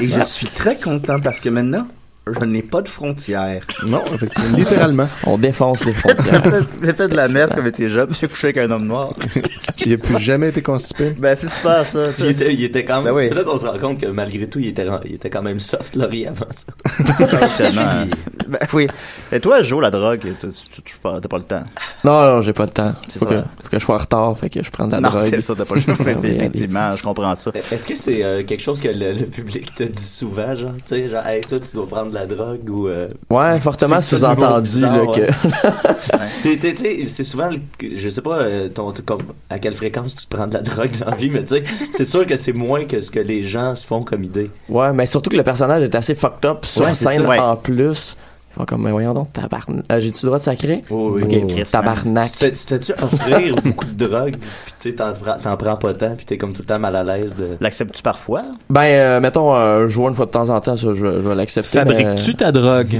et je suis très content parce que maintenant, je n'ai pas de frontières. Non, effectivement, littéralement. On défonce les frontières. Fais de la merde comme tes jobs, j'ai couché avec un homme noir. il n'a plus jamais été constipé. Ben, c'est super, ça. Il était, il était quand même. Ben oui. C'est là qu'on se rend compte que malgré tout, il était, il était quand même soft, Laurie, avant ça. Justement. ben oui. Et toi, Jo, la drogue, t'as tu- tu- pas t'as pas le temps. Non, non, j'ai pas le temps. C'est Faut que, ça. faut que je sois en retard, fait que je prends de la non, drogue. c'est ça, t'as pas le temps. Ouais, ouais, Effectivement, je comprends ça. Est-ce que c'est euh, quelque chose que le, le public te dit souvent, genre, tu sais, genre, hey, toi, tu dois prendre de la drogue ou. euh, Ouais, fortement tu fais ça de nouveau sous-entendu, là, bizarre, ouais. que. T'es- t'es- t'sais, c'est souvent, le- je sais pas euh, ton, ton- comme, à quelle fréquence tu prends de la drogue dans la vie, mais tu sais, c'est sûr que c'est moins que ce que les gens se font comme idée. Ouais, mais surtout que le personnage est assez fucked up sur Ouais, c'est scène ça, ouais. en plus. Ils font comme, mais voyons donc, tabarnak. Euh, J'ai-tu le droit de sacrer? Oh, Oui, Ok, hein. tabarnak. Tu te fais-tu offrir beaucoup de drogue, puis tu sais, t'en prends- t'en prends pas tant, puis t'es comme tout le temps mal à l'aise de. L'acceptes-tu parfois? Ben, euh, mettons, euh, jouer une fois de temps en temps, ça, je, vais- je vais l'accepter. Fabriques-tu ta drogue?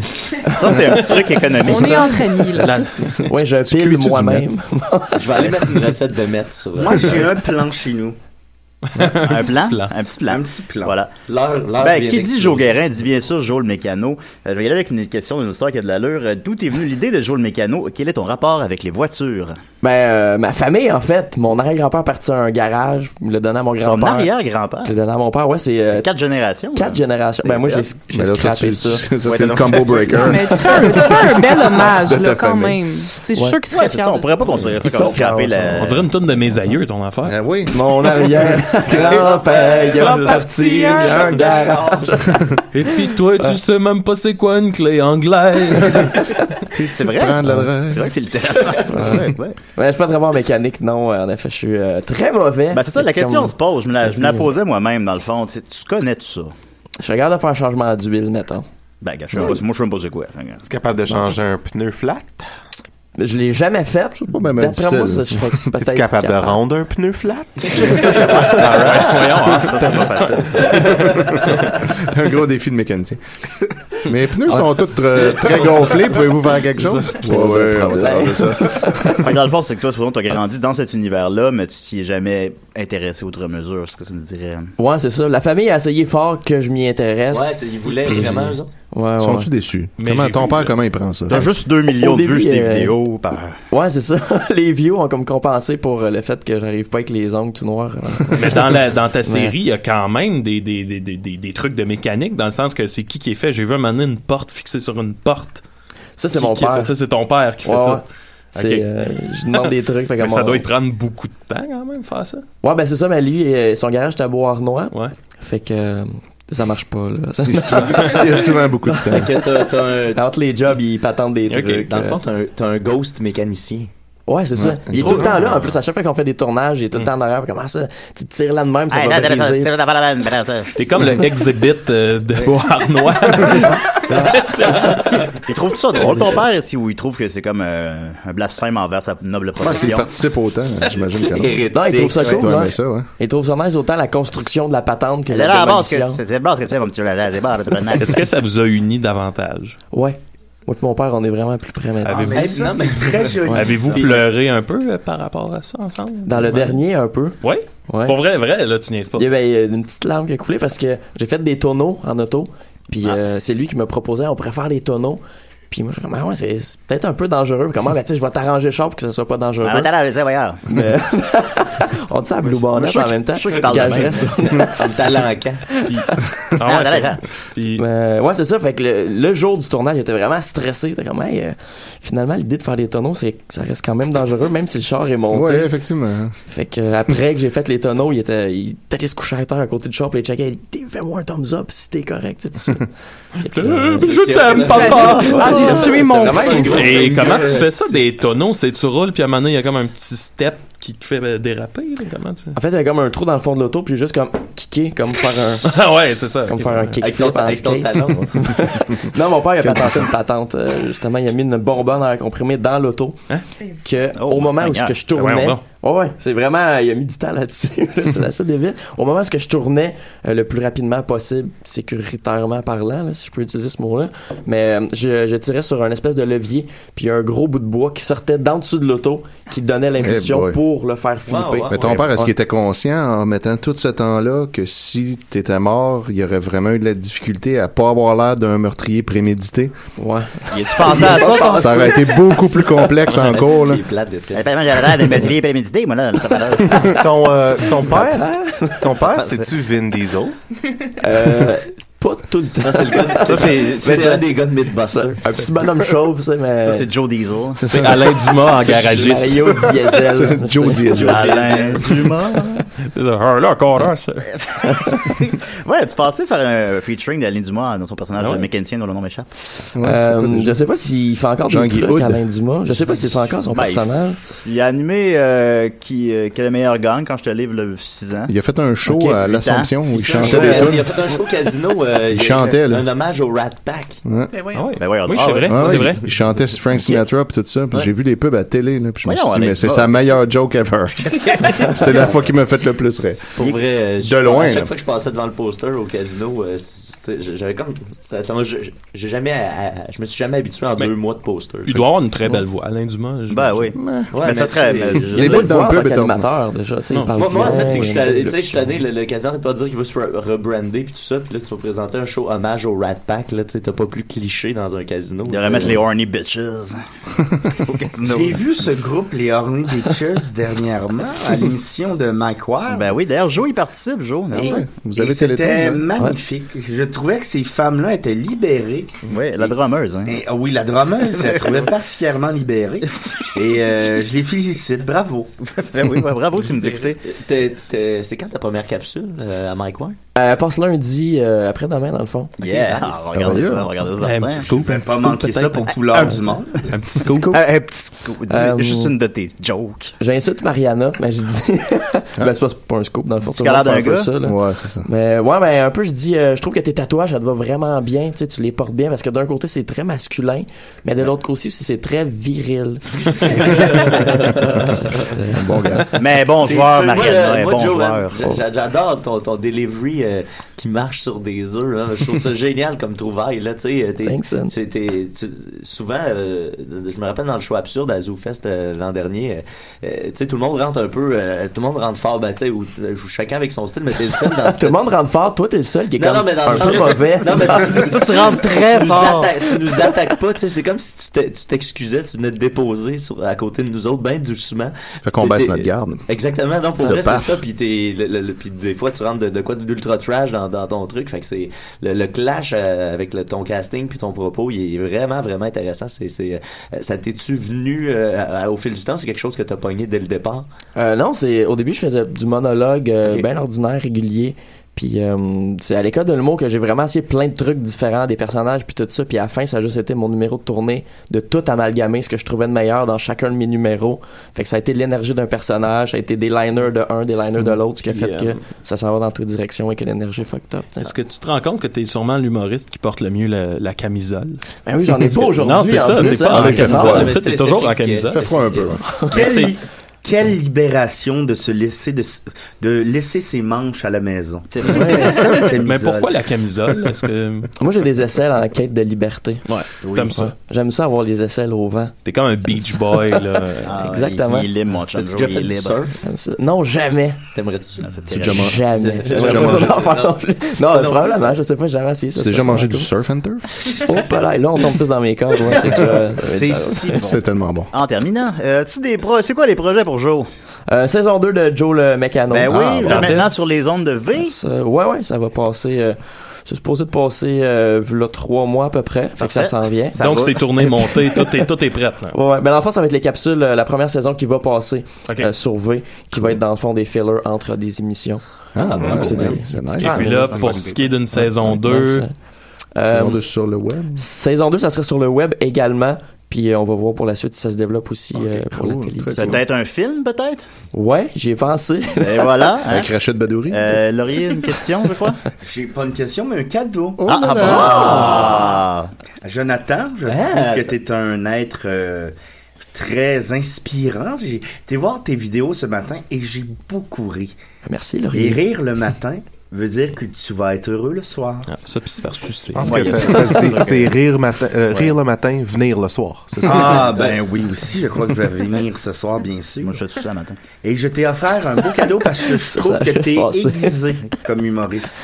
Ça, c'est un petit truc économique, On est ça. entre amis, là. La- Ouais, je pile moi-même. Je vais aller mettre une recette de mettre sur. euh, Moi, j'ai un plan chez nous. un plan? plan. Un petit plan. Un petit plan. Voilà. L'heure, l'heure Ben, vient qui dit d'exploser. Joe Guérin dit bien sûr Joe le mécano. Euh, je vais y aller avec une question d'une histoire qui a de l'allure. Euh, D'où est venue l'idée de Joe le mécano? Quel est ton rapport avec les voitures? Ben, euh, ma famille, en fait, mon arrière-grand-père partit à un garage, il le donnait à mon grand-père. arrière-grand-père? Je le donnais à mon père, ouais, c'est. euh, Quatre générations. hein? quatre générations. Ben, moi, j'ai c'est- j'ai Mais là, toi, scrappé tu- ça. ça Ouais, fait le donc- combo breaker. Non, mais tu fais un- tu fais un bel hommage, De ta là, quand famille. même. C'est sûr qu'il serait Ouais, c'est fier ça, de on pourrait pas considérer ça comme scraper la... On dirait une tonne de mes aïeux, ton affaire. Ah oui. Mon arrière-grand-père, il est parti à un garage. Et puis toi, tu sais même pas c'est quoi une clé anglaise. C'est vrai, prends de la ça. drogue. C'est vrai que c'est littéralement ça. Ouais, ouais. Ouais, Ben, je suis pas vraiment mécanique, non. euh, En effet, je suis euh, très mauvais. Ben, c'est ça, la Comme- question se pose. Je me la, je me la posais moi-même, dans le fond. Tu, sais, tu connais tout ça? Je regarde de faire un changement d'huile, mettons. Ben, gars, je sais pas, moi, je sais même pas c'est quoi. Tu es capable de changer un pneu flat? Je l'ai jamais fait. pas ben, ben D'après moi, ça, je difficile. serais peut-être. Es-tu capable de rendre un pneu flat? Alright, voyons, hein, ça, c'est pas facile. un gros défi de mécanicien. Mes pneus sont tous euh, très gonflés. Pouvez-vous faire quelque chose? Ouais, ouais, on va faire ça. Fait que dans le fond, c'est que toi, souvent, t'as grandi dans cet univers-là, mais tu t'y es jamais intéressé outre mesure, c'est ce que tu me dirais. Ouais, c'est ça. La famille a essayé fort que je m'y intéresse. Ouais, tu sais, ils voulaient Puis- vraiment, eux autres. Ouais, ouais. Sont-tu déçus? Mais Comment, j'ai ton vu, père, là. comment il prend ça? T'as juste 2 millions Au de vues début, sur tes euh, vidéos par... Ouais, c'est ça. les vieux ont comme compensé pour euh, le fait que j'arrive pas avec les ongles tout noirs. Mais dans, la, dans ta série, Ouais. il y a quand même des, des, des, des, des- des trucs de mécanique, dans le sens que c'est qui qui est fait. J'ai vu un moment donné une porte fixée sur une porte. Ça, c'est Qui- mon qui a père. fait ça, c'est ton père qui fait Ouais, ouais. tout. C'est, Ok. euh, je demande des trucs. fait que Mais ça mon- doit y prendre beaucoup de temps quand même, faire ça. Ouais, ben c'est ça, mais lui, euh, son garage est à Beauharnois. Ouais. Fait que euh, ça marche pas, là. Ça- Il y a souvent- il y a souvent beaucoup de temps. Fait que t'as- t'as un- Entre les jobs, ils patentent des trucs. Dans le euh. fond, t'as un, t'as un ghost mécanicien. Ouais, c'est ça. Il est tout le temps là. En plus, à chaque fois qu'on fait des tournages, il est tout Mm. le temps en arrière. puis Comment ça Tu tires là de même, ça Hey, là, va là, là, briser. là, là, là, là, là, là, là. C'est comme le exhibit euh, de Beauharnois. Il trouve tout ça drôle, ton père, ici, ou il trouve que c'est comme euh, un blasphème envers sa noble Ouais, s'il profession? participe autant, j'imagine que non. Non, il trouve ça Ouais, cool. toi, ouais. mais ça, ouais. Il trouve ça nice autant la construction de la patente que Là, la là, à la base, que- démolition. c'est c'est la base que tu fais comme tu l'as là, c'est barre, Est-ce que ça vous a uni davantage? Ouais. Moi et mon père, on est vraiment plus près maintenant. Avez-vous mais ça, c'est très joli. Ah, avez-vous ça. pleuré un peu euh, par rapport à ça ensemble? Dans le dernier, un peu. Oui? Ouais. Pour vrai, vrai, là, tu niaises pas. Il y avait une petite larme qui a coulé parce que j'ai fait des tonneaux en auto. Puis Ah. euh, c'est lui qui me proposait, on pourrait faire des tonneaux. Puis moi, je suis comme, ah ouais, c'est c'est peut-être un peu dangereux. Comment, ben, tu sais, je vais t'arranger le char pour que ça soit pas dangereux. Ah, attends, là, laissez, voyons. Mais- on dit ça à Blue Mais je Bonnet suis sûr en qu'il- même temps. je suis sûr qu'il parle de gagerait même. sur- Comme talent quand. Puis- Ah, Ah là, ouais, là, fait- là. puis- Mais, ouais, c'est ça. Fait que le, le jour du tournage, j'étais vraiment stressé. J'étais comme, hey, euh, finalement, l'idée de faire des tonneaux, c'est ça reste quand même dangereux, même si le char est monté. Ouais, effectivement. Fait que euh, après que j'ai fait les tonneaux, il était, il était allé se coucher à terre à côté du char, puis il checkait, il dit, fais-moi un thumbs up si t'es correct, tu sais. Fait que, euh, Euh, Je t'aime, papa! Ah, tu es mon vraiment une grosse- Et comment tu fais ça des tonneaux? C'est tu roules, puis à un moment donné, il y a comme un petit step qui te fait euh, déraper. là, Comment tu En fait, il y avait comme un trou dans le fond de l'auto, puis j'ai juste comme kické, comme faire un, Ah ouais, c'est ça. comme faire un kick Avec ton, flip en avec ton skate. talent. Non, mon père, il a pas tenté une patente. Euh, justement, il a mis une bonbonne à comprimé dans l'auto. Hein? Que, Oh, au moment où Seigneur. ce que je Ah, tournais. voyons donc. Ouais, ouais, c'est vraiment, il a mis du temps là-dessus. là, c'est assez débile. Au moment où ce que je tournais euh, le plus rapidement possible, sécuritairement parlant, là, si je peux utiliser ce mot-là. Mais euh, je, je tirais sur un espèce de levier, puis il y a un gros bout de bois qui sortait d'en dessous de l'auto, qui donnait l'impulsion boy. pour pour le faire flipper. Mais ton père, est-ce qu'il était conscient en mettant tout ce temps-là que si t'étais mort, il y aurait vraiment eu de la difficulté à pas avoir l'air d'un meurtrier prémédité? Ouais. Tu pensais à ça, ton- Ça aurait été beaucoup plus complexe Ah, c'est encore, là. ce qui est plate de ça. Apparemment, j'avais l'air de me trier prémédité, moi, là. dans le tabarnak. ton, euh, ton père, ton Ça père, passe. c'est-tu Vin Diesel? Euh, pas tout le temps. c'est le gars- Ça, c'est- Mais c'est c'est- un des gars de Mythbusters. Un petit bonhomme chauve, ça, mais. Ça, c'est Joe Diesel. C'est Alain Dumas en garagiste. C'est Mario Diesel. C'est Joe Diesel. Alain Dumas. Ah, là, encore un, ça. Ouais, tu pensais faire un featuring d'Alain Dumas dans son personnage Ah ouais. de mécanicien dont le nom m'échappe. Euh, je sais pas s'il fait encore des Jean-Guy trucs Hood. Alain Dumas. Je sais pas s'il fait encore son Ben, il- personnage. Il a animé euh, qui, euh, Quel est le meilleur gang quand je te livre le 6 ans. Il a fait un show Ok, à huit l'Assomption ans. où il fait un chantait show des à- tunes. Il a fait un show casino. euh, Il a chantait, fait là. Un hommage au Rat Pack. Ouais. Ben voyons. Ben voyons. Ah Oui, c'est vrai, Ah ouais, c'est vrai. Il chantait Frank Sinatra puis tout ça. puis Ouais. J'ai vu les pubs à télé, là, puis je me suis Voyons, dit, Alex mais c'est Bob. sa meilleure joke ever. c'est la fois qui m'a fait le plus rire. Pour vrai, euh, je- de loin, À chaque là. fois que je passais devant le poster au casino, euh, c'est- c'est- j'avais comme. Ça, ça m'a- j'ai j'ai jamais. à- à- je me suis jamais habitué en deux mois de poster. Il doit avoir une très belle voix, Alain Dumas. Ben oui. Ouais, mais c'est- je Les l'ai bouts vu dans en le tant pub est qu'animateur, déjà, tu sais, il Non. parle Moi, moi, en fait, c'est que je suis Ouais, tanné- tu le sais, je suis tanné, le, le casino arrête pas de dire qu'il veut se re- rebrander puis tout ça, puis là, tu vas présenter un show hommage au Rat Pack, là, tu sais, t'as pas plus cliché dans un casino. euh, Il devrait mettre les horny bitches. J'ai vu ce groupe, les Horny Bitches, dernièrement, à l'émission de Mike Ward. Ben oui, d'ailleurs, Joe, il participe, Joe. Et- Vous avez et C'était Téléthon, hein? magnifique. Je trouvais que ces femmes-là étaient libérées. Oui, la drameuse. Hein. Ah oui, la drameuse, je la trouvais particulièrement libérée. Et euh, je les félicite. Bravo. Ben oui, ouais, bravo si vous nous écoutez. Euh, T'es- t'es- C'est quand ta première capsule euh, à Mike Ward? Euh, elle passe lundi, euh, après-demain, dans le fond. Yeah, Ah, regardez ça, regardez ça. Un petit scoop, un Faut petit scoop, peut-être. couleur Un petit- Un petit scoop. Un, un Euh, petit scoop. Dis- Euh, Juste une de tes jokes. J'insulte Mariana, mais je dis. ben, c'est pas, c'est pas un scoop, dans le fond. Tu as l'air d'un gars? Ouais, c'est ça. là. Mais ouais, mais un peu, je dis, euh, je trouve que tes tatouages, ça te va vraiment bien. Tu sais, tu les portes bien parce que d'un côté, c'est très masculin, mais de l'autre côté aussi, c'est très viril. bon gars. Mais bon C'est- joueur, moi, Mariana, euh, un moi, bon Joe, joueur. j'a- j'a- J'adore ton, ton delivery euh, qui marche sur des œufs. hein. Je trouve ça génial comme trouvaille. Là, tu sais, euh, t'es- c'est- t'es- tu- souvent, euh, je me rappelle dans le show absurde à ZooFest euh, l'an dernier, euh, euh, tu sais, tout le monde rentre un peu, euh, tout le monde rentre fort, ben, tu sais, ou- ou chacun avec son style, mais t'es le seul dans ce Tout le monde rentre fort, toi, t'es le seul qui est non, comme non, mais dans un le peu sens- mauvais. Non, mais tu, Toi, Ah, tu rentres très tu nous fort. atta- tu nous attaques pas, tu sais. C'est comme si tu t'es- tu t'excusais, tu venais te déposer sur, à côté de nous autres, bien doucement. Fait qu'on T'es- baisse t'es- notre garde. Exactement. Non, pour Le vrai, c'est paf. ça. Puis, t'es- le- le- le- puis des fois, tu rentres de, de quoi d'ultra trash dans, dans ton truc. Fait que c'est le, le clash euh, avec le- ton casting puis ton propos, il est vraiment, vraiment intéressant. C'est, c'est, euh, ça t'es-tu venu euh, à- au fil du temps? C'est quelque chose que t'as pogné dès le départ? Euh, non, c'est au début je faisais du monologue euh, bien ordinaire, régulier. Puis euh, c'est à l'école de l'humour que j'ai vraiment essayé plein de trucs différents des personnages puis tout ça. Puis à la fin, ça a juste été mon numéro de tournée de tout amalgamer ce que je trouvais de meilleur dans chacun de mes numéros. Fait que ça a été l'énergie d'un personnage, ça a été des liners de un, des liners de l'autre, ce qui a fait Yeah. Ah. que ça s'en va dans toutes les directions et que l'énergie fucked up. Est-ce que tu te rends compte que t'es sûrement l'humoriste qui porte le mieux la, la camisole? Ben oui, j'en ai pas aujourd'hui, Non, c'est en ça, plus, t'es pas hein. en Il fait froid. camisole. Mais Tu sais, c'est- T'es toujours c'est en frisquet. camisole. Fait froid un peu, hein. Quelle, C'est- quelle libération de se laisser de, s- de laisser ses manches à la maison. C'est vrai. ça, le camisole. Mais pourquoi la camisole? Est-ce que... Moi, j'ai des aisselles en quête de liberté. Ouais, t'aimes ça. J'aime ça avoir les aisselles au vent. T'es comme un beach boy, là. Exactement. Ah, Il, il est libre, Ah, mon chum. As-tu Joe, déjà il fait est du libre. surf? J'aime ça. Non, jamais. T'aimerais-tu? Ah, C'est déjà mangé. Jamais. T'as J'aimerais déjà pas ça mangé? d'en faire non plus. Non, Non, probablement, je sais pas, j'ai jamais essayé ça. Tu as c'est déjà pas mangé ça. du surf and turf? Oh, pas là, et là, on tombe tous dans mes cordes. ouais, c'est ça. C'est si bon. C'est tellement bon. En terminant, euh, tu des pro- c'est quoi les projets pour Joe? Euh, saison 2 de Joe le mécano. Ben oui, Ah, là, maintenant sur les ondes de V. Ça- ouais, ouais, ça va passer. euh, c'est supposé de passer euh, là, trois mois à peu près. Fait que ça Parfait. s'en vient. Donc, c'est tourné, monté, tout est, tout est prêt. là. Ouais, ouais. mais dans le fond, ça va être les capsules, euh, la première saison qui va passer euh, sur V, qui va être dans le fond des fillers entre des émissions. Ah, Donc, bon, c'est ouais, des- c'est des nice. petits Et puis fillers. là, pour ce qui est d'une Ouais, saison ouais, deux, ouais, ça- Saison Euh, deux sur le web. Saison 2, ça serait sur le web également. Puis euh, on va voir pour la suite si ça se développe aussi euh, pour la télévision. Peut-être un film, peut-être? Ouais, j'y ai pensé. Et voilà. hein. Avec Rachid Badouri. Euh, Laurier, une question, je crois? J'ai pas une question, mais un cadeau. Ah! Ah, là ah, là. Jonathan, je Ah. trouve que t'es un être euh, très inspirant. J'ai été voir tes vidéos ce matin et j'ai beaucoup ri. Merci, Et Laurier. rire le matin, veut dire que tu vas être heureux le soir. ça, puis se faire sucer. Je pense que ça- ça, c'est- c'est rire, matin, euh, rire le matin, venir le soir. c'est ça? Ah, ben oui, aussi, je crois que je vais venir ce soir, bien sûr. Moi, je suis ça matin. Et je t'ai offert un beau cadeau parce que je Ça, trouve ça que a juste t'es passé. aiguisé comme humoriste.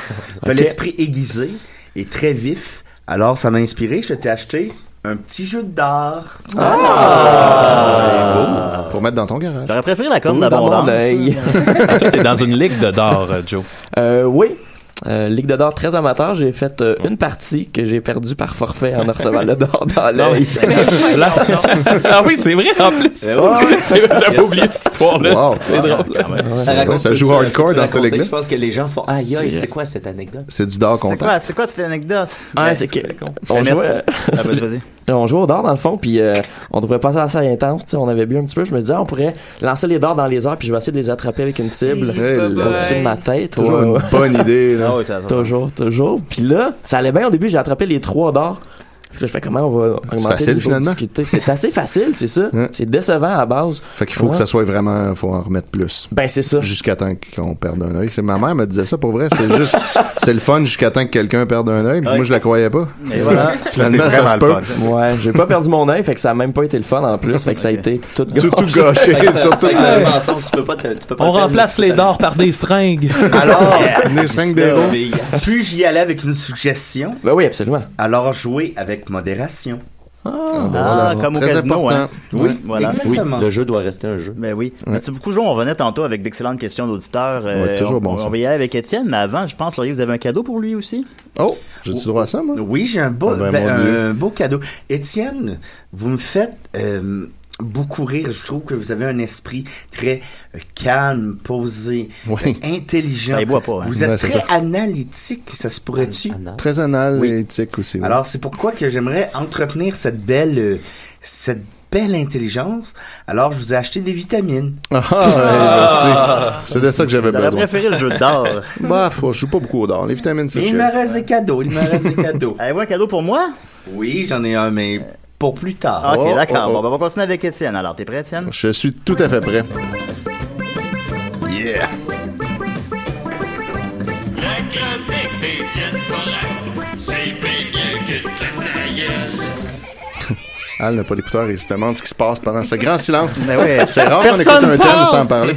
T'as Ok. l'esprit aiguisé et très vif. Alors, ça m'a inspiré, je t'ai acheté un petit jeu d'art. Ah! Pour mettre dans ton garage. J'aurais préféré la Ou dans mon œil. Toi, t'es dans une ligue de d'or, euh, Joe. Euh, oui. Euh, Ligue de dard très amateur, j'ai fait euh, une partie que j'ai perdue par forfait en recevant le dard dans l'œil. Là- ah oui, c'est vrai en plus. Eh oui. C'est vrai, J'avais Yes. oublié cette histoire-là. Wow. Ah, C'est drôle. Ça raconte- ça joue peux-tu- hardcore peux-tu dans cette raconter? ligue-là. Je pense que les gens font Aïe, aïe, Yeah. c'est quoi cette anecdote C'est du dard C'est content. quoi, c'est quoi cette anecdote? Ouais, Ben, Ah, c'est que- con. on Ben, merci. jouait, euh, Ah, vas-y, vas-y. on jouait au dard dans le fond, puis euh, on devrait passer assez intense. tu sais, On avait bu un petit peu. Je me disais, ah, on pourrait lancer les dards dans les airs, puis je vais essayer de les attraper avec une cible Hey, là. au-dessus de ma tête. Toujours Ouais, une ouais. bonne idée, là. Ah oui, ça- ça- Toujours, toujours. Puis là, ça allait bien au début, j'ai attrapé les trois d'or. Puis là, je fais comment on va augmenter le facile, niveau de finalement. difficulté. C'est assez facile, c'est ça. C'est décevant à la base. Fait qu'il faut Ouais. que ça soit vraiment, faut en remettre plus. Ben, c'est ça. Jusqu'à temps qu'on perde un œil. C'est ma mère me disait ça pour vrai. C'est juste, c'est le fun jusqu'à temps que quelqu'un perde un œil. mais Moi, je la croyais pas. Et voilà. Finalement, ça se peut. Ouais, j'ai pas perdu mon œil, fait que ça a même pas été le fun en plus, fait que ça a été tout gâché. tout gâché, Fait que c'est- surtout fait que que- c'est un mensonge, tu peux pas te- tu peux pas On te- remplace les dards par des seringues. Alors, les seringues des roues. puis-je y aller avec une suggestion? Ben oui, absolument. Alors, jouez avec modération. Ah, Ben comme au casino, hein. Oui, voilà. exactement. Le jeu doit rester un jeu. Ben oui. Mais tu beaucoup joué, on revenait tantôt avec d'excellentes questions d'auditeurs. Euh, Ouais, toujours on, bon, on ça. va y aller avec Étienne, mais avant, je pense, Laurier, vous avez un cadeau pour lui aussi? Oh, j'ai-tu droit à ça, moi? Oui, j'ai un beau, Ah ben, ben, mon Dieu. un beau cadeau. Étienne, vous me faites euh, beaucoup rire. Je trouve que vous avez un esprit très euh, calme, posé, Oui. euh, intelligent. Ben, il boit pas, hein. Vous êtes Ouais, c'est très ça. Ah, analytique, ça se pourrait-tu? Ah, Très anal et éthique aussi. oui. Alors, c'est pourquoi que j'aimerais entretenir cette belle, euh, cette belle intelligence. Alors, je vous ai acheté des vitamines. Ah, ah, ouais, merci. C'est de ça que j'avais J'aurais Ben, besoin. préféré le jeu d'or. Bah, faut- je joue pas beaucoup au d'or. Les vitamines, c'est Il chill. me reste des cadeaux, il me reste des cadeaux. Avez-vous un cadeau pour moi? Oui, j'en ai un, mais pour plus tard. Ah, ok, Oh, d'accord. oh, oh. Bon, ben, on va continuer avec Étienne. Alors, t'es prêt, Étienne? Je suis tout à fait prêt. Yeah! La chronique des tiennes Forêt, c'est bien mieux que de claquer sa gueule. Al n'a pas d'écouteur et il se demande ce qui se passe pendant ce grand silence. ouais. C'est rare qu'on écoute Personne un thème parle. sans parler.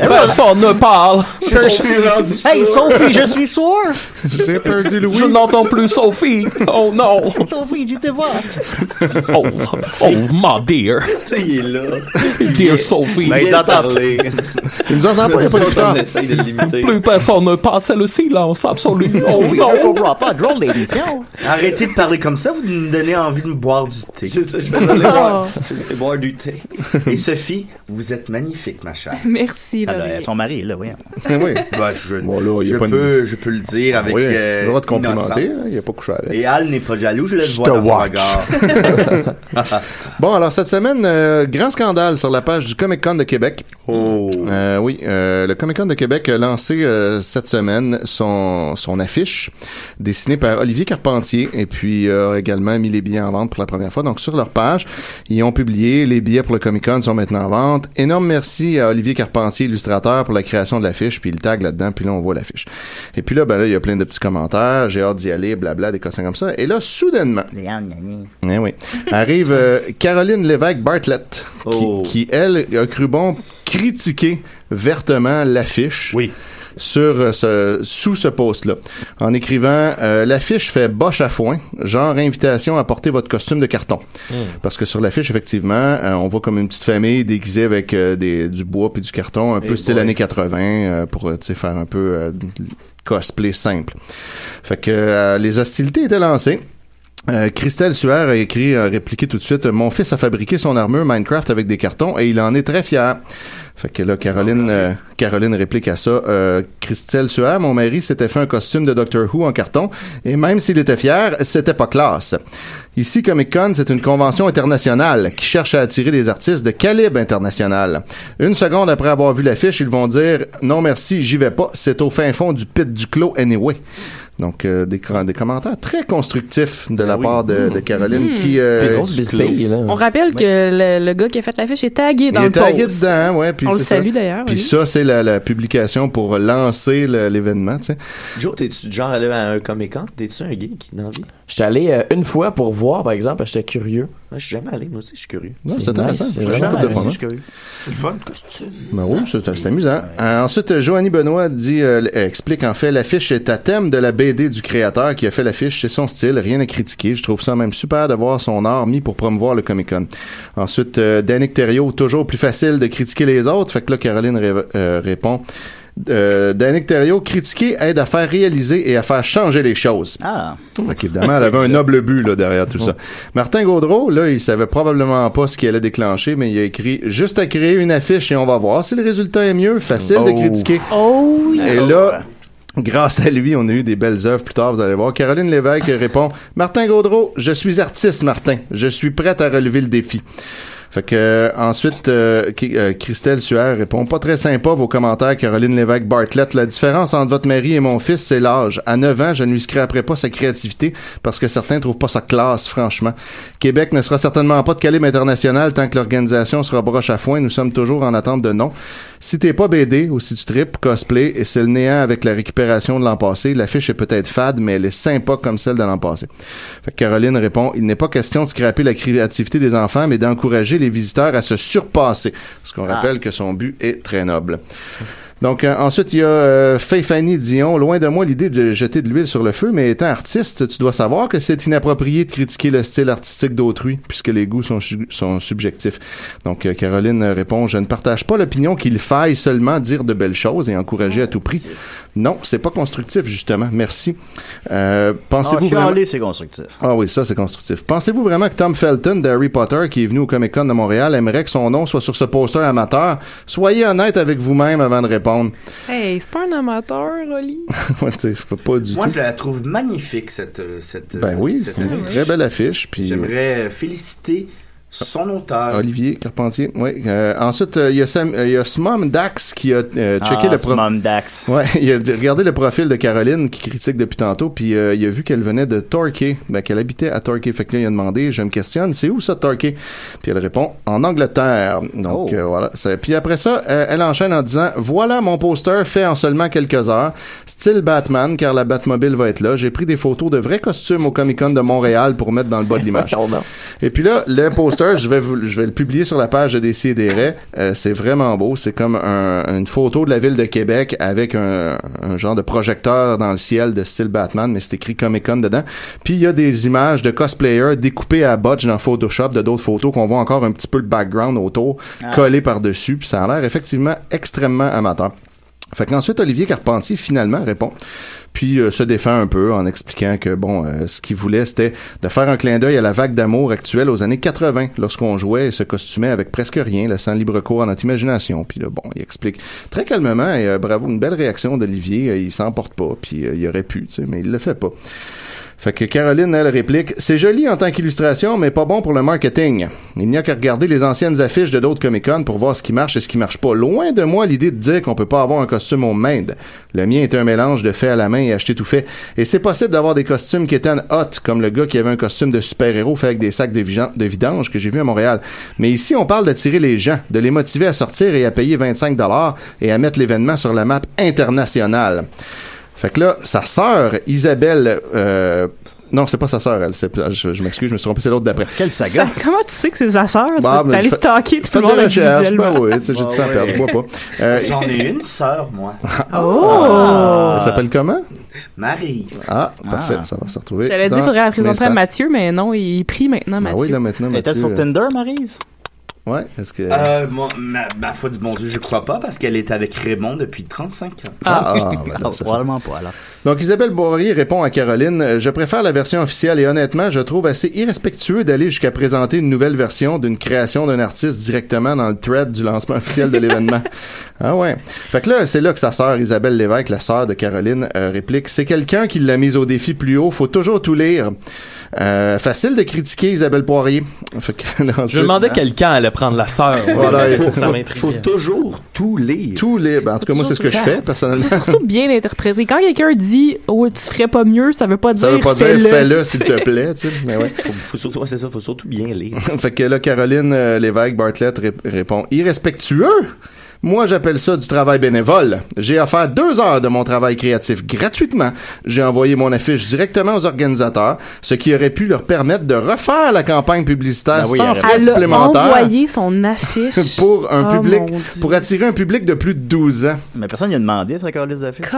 Personne ne parle. Hey, Sophie, je suis sourd! J'ai perdu Louis. Je n'entends plus Sophie. Oh non. Sophie, je te voir! Oh, oh my dear. Tu sais, il est là. Dear Ben, Sophie. Ben, il t'entend parler. Il nous entend pas, il n'y a pas d'écouteur. essaye de le limiter. Plus personne ne passe le silence absolu. Oh Oui, non. on comprend pas. Drôle d'édition! Arrêtez de parler comme ça, vous me donnez envie de me boire du thé. C'est ça, je vais aller boire, je vais aller boire du thé. Et Sophie, vous êtes magnifique, ma chère. Merci, Ah, Laurie. ben, son mari, là, oui. oui. Ben, je, Bon, là, il y a je pas une- peux, je peux le dire avec. Oui, euh, le droit de complimenter. innocence. hein, Il n'a pas couché avec. Et Al n'est pas jaloux, je le Je vois te dans son watch. regard. Bon, alors cette semaine, euh, grand scandale sur la page du Comic Con de Québec. Oh. oui, euh, le Comic Con de Québec a lancé euh, cette semaine son, son affiche dessinée par Olivier Carpentier et puis euh, a également mis les billets en vente pour la première fois. Donc sur leur page, ils ont publié les billets pour le Comic Con sont maintenant en vente. Énorme merci à Olivier Carpentier, illustrateur, pour la création de l'affiche, puis il tag là-dedans, puis là on voit l'affiche. Et puis là, ben là, il y a plein de petits commentaires, j'ai hâte d'y aller, blabla, des cossins comme ça. Et là, soudainement, Léon, gna, gna. eh oui. Arrive euh, Caroline Lévesque Bartlett, qui- Oh. qui, elle, a cru bon critiquer vertement l'affiche. Sur euh, ce, sous ce post-là. En écrivant, euh, l'affiche fait boche à foin, genre invitation à porter votre costume de carton. Hmm. Parce que sur l'affiche, effectivement, euh, on voit comme une petite famille déguisée avec euh, des, du bois puis du carton, un peu style boy. années 80, euh, pour euh, tu sais, faire un peu euh, cosplay simple. Fait que euh, les hostilités étaient lancées. Euh, Christelle Suard a écrit, a répliqué tout de suite Mon fils a fabriqué son armure Minecraft avec des cartons et il en est très fier. Fait que là, Caroline, euh, Caroline réplique à ça. Euh, Christelle Suard, mon mari s'était fait un costume de Doctor Who en carton et même s'il était fier, c'était pas classe. Ici, Comic Con, c'est une convention internationale qui cherche à attirer des artistes de calibre international. Une seconde après avoir vu l'affiche, ils vont dire non merci, j'y vais pas, c'est au fin fond du pit du clos anyway. Donc, euh, des, cra- des commentaires très constructifs de la part de, de Caroline Mmh. qui... euh, Puis grosse bisbille, là. On rappelle que le, le gars qui a fait l'affiche est tagué il dans le est tagué post. dedans, ouais, puis On le c'est ça. salue d'ailleurs, Puis Ah oui. ça, c'est la, la publication pour lancer le- l'événement, tu sais. Joe, t'es-tu du genre allé à un Comic Con? T'es-tu un geek dans la vie? J'étais allé euh, une fois pour voir, par exemple, parce que j'étais curieux. Moi, je suis jamais allé, moi aussi, je suis curieux. Non, c'est C'est intéressant. nice, J'ai c'est vraiment vraiment fait de fun, nice. hein. C'est le fun, costume. Ben oui, c'est c'est amusant. Euh, ensuite, euh, Joanie Benoît dit, euh, l- explique en fait, l'affiche est à thème de la BD du créateur qui a fait l'affiche, c'est son style, rien à critiquer. Je trouve ça même super d'avoir son art mis pour promouvoir le Comic Con. Ensuite, euh, Danick Thériault, toujours plus facile de critiquer les autres. Fait que là, Caroline ré- euh, répond. Euh, Danick Thériault, critiquer aide à faire réaliser et à faire changer les choses. Ah. Donc, évidemment, elle avait un noble but là, derrière tout ça. Martin Gaudreau, là, il savait probablement pas ce qu'il allait déclencher, mais il a écrit juste à créer une affiche et on va voir si le résultat est mieux. Facile de Oh. critiquer. et là. Grâce à lui, on a eu des belles œuvres plus tard, vous allez voir. Caroline Lévesque répond Martin Gaudreau, je suis artiste, Martin. Je suis prête à relever le défi. Fait que euh, ensuite, euh, qui- euh, Christelle Suaire répond Pas très sympa vos commentaires, Caroline Lévesque Bartlett. La différence entre votre mari et mon fils, c'est l'âge. À 9 ans, je ne lui scraperai pas sa créativité parce que certains trouvent pas sa classe, franchement. Québec ne sera certainement pas de calibre international tant que l'organisation sera broche à foin. Nous sommes toujours en attente de nom. Si t'es pas BD ou si tu tripes, cosplay, et c'est le néant avec la récupération de l'an passé, l'affiche est peut-être fade, mais elle est sympa comme celle de l'an passé. Fait que Caroline répond, il n'est pas question de scraper la créativité des enfants, mais d'encourager les visiteurs à se surpasser. Parce qu'on Ah. rappelle que son but est très noble. Donc euh, ensuite, il y a euh, Faye Fanny Dion. Loin de moi l'idée de jeter de l'huile sur le feu, mais étant artiste, tu dois savoir que c'est inapproprié de critiquer le style artistique d'autrui, puisque les goûts sont, su- sont subjectifs. Donc euh, Caroline euh, répond, je ne partage pas l'opinion qu'il faille seulement dire de belles choses et encourager à tout prix. Non, c'est pas constructif justement. Merci. Euh, Ah, pensez-vous vraiment... chialer, c'est constructif. Ah oui, ça c'est constructif. Pensez-vous vraiment que Tom Felton d'Harry Potter, qui est venu au Comic Con de Montréal, aimerait que son nom soit sur ce poster amateur? Soyez honnête avec vous-même avant de répondre. Hey, c'est pas un amateur, Oli. Ouais, tu sais, je peux pas du Moi, tout. je la trouve magnifique, cette. euh, cette Ben euh, oui, cette c'est une affiche. très belle affiche. Puis euh, J'aimerais euh, féliciter son auteur. Olivier Carpentier, oui. Euh, ensuite, euh, il y a Sam- euh, il y a Smom Dax qui a euh, checké Ah, le pro- Smom Dax. Ouais, il a regardé le profil de Caroline qui critique depuis tantôt, puis euh, il a vu qu'elle venait de Torquay, ben, qu'elle habitait à Torquay. Fait que là, il a demandé, je me questionne, c'est où ça Torquay Puis elle répond, en Angleterre. Donc euh, voilà. ça- Puis après ça, euh, elle enchaîne en disant, voilà mon poster fait en seulement quelques heures, style Batman, car la Batmobile va être là. J'ai pris des photos de vrais costumes au Comic Con de Montréal pour mettre dans le bas de l'image. Et puis là, le poster, je vais, vous- je vais le publier sur la page de Décideret. Euh, c'est vraiment beau. C'est comme un- une photo de la ville de Québec avec un, un genre de projecteur dans le ciel de style Batman, mais c'est écrit Comic Con dedans. Puis il y a des images de cosplayers découpées à botch dans Photoshop de d'autres photos qu'on voit encore un petit peu le background autour, Ah. collé par-dessus. Puis ça a l'air effectivement extrêmement amateur. Fait que ensuite Olivier Carpentier finalement répond, puis euh, se défend un peu en expliquant que bon, euh, ce qu'il voulait c'était de faire un clin d'œil à la vague d'amour actuelle aux années 80, lorsqu'on jouait et se costumait avec presque rien, laissant libre cours à notre imagination. Puis là, bon, il explique très calmement et euh, bravo, une belle réaction d'Olivier. Euh, il s'emporte pas, puis euh, il aurait pu, tu sais, mais il le fait pas. Fait que Caroline, elle réplique C'est joli en tant qu'illustration, mais pas bon pour le marketing. Il n'y a qu'à regarder les anciennes affiches de d'autres Comic-Con pour voir ce qui marche et ce qui marche pas. Loin de moi l'idée de dire qu'on peut pas avoir un costume au mind. Le mien est un mélange de fait à la main et acheté tout fait. Et c'est possible d'avoir des costumes qui étaient hot, comme le gars qui avait un costume de super-héros fait avec des sacs de, vigen- de vidange que j'ai vu à Montréal. Mais ici, on parle d'attirer les gens, de les motiver à sortir et à payer 25 dollars et à mettre l'événement sur la map internationale. Fait que là, sa sœur, Isabelle. euh, non, c'est pas sa sœur, elle. c'est- Je, je m'excuse, je me suis trompé, c'est l'autre d'après. Quelle Ça, comment tu sais que c'est sa sœur? Bah, T'es ben, allé je fais- stalker tout faites le monde des recherches, ben individuellement. oui, tu sais, Ah j'ai du temps à perdre, je bois pas. Euh, J'en ai une sœur, moi. Oh! Elle s'appelle comment? Marie. Ah, parfait, Ah. ça va se retrouver. J'allais dire, dans il faudrait la présenter à l'instant. Mathieu, mais non, il prie maintenant Ah Mathieu. oui, là, maintenant, Mathieu. euh, Est-elle sur Tinder, Marise? Ouais, est-ce que. Euh, moi, ma, ma foi du bon Dieu, je crois pas parce qu'elle est avec Raymond depuis 35 ans. Ah. Ah, ben là, ça- Probablement pas, alors. Donc Isabelle Boirier répond à Caroline euh, Je préfère la version officielle et honnêtement, je trouve assez irrespectueux d'aller jusqu'à présenter une nouvelle version d'une création d'un artiste directement dans le thread du lancement officiel de l'événement. ah ouais. Fait que là, c'est là que sa sœur Isabelle Lévesque, la sœur de Caroline, euh, réplique C'est quelqu'un qui l'a mise au défi plus haut, faut toujours tout lire. Euh, facile de critiquer Isabelle Poirier. Fait que, là, Je ensuite- me demandais quel camp allait prendre la sœur. Voilà, Ça il faut- m'intriguait. toujours tout lire. Tout lire. Ben, en tout cas, moi, c'est ce que je fais, personnellement. C'est surtout bien interprété. Quand quelqu'un dit « Oh, tu ferais pas mieux », ça veut pas dire Ça veut pas dire fais-le. fais-le, s'il te plaît, tu sais. Mais ouais. Faut, faut surtout, ouais, c'est ça, faut surtout bien lire. fait que là, Caroline euh, Lévesque Bartlett ré- répond Irrespectueux Moi, j'appelle ça du travail bénévole. J'ai offert deux heures de mon travail créatif gratuitement. J'ai envoyé mon affiche directement aux organisateurs, ce qui aurait pu leur permettre de refaire la campagne publicitaire oui, sans frais elle a supplémentaires envoyé son affiche. pour un Oh, public, mon Dieu. pour attirer un public de plus de 12 ans. Mais personne n'y a demandé, ça, Carlis d'affiches.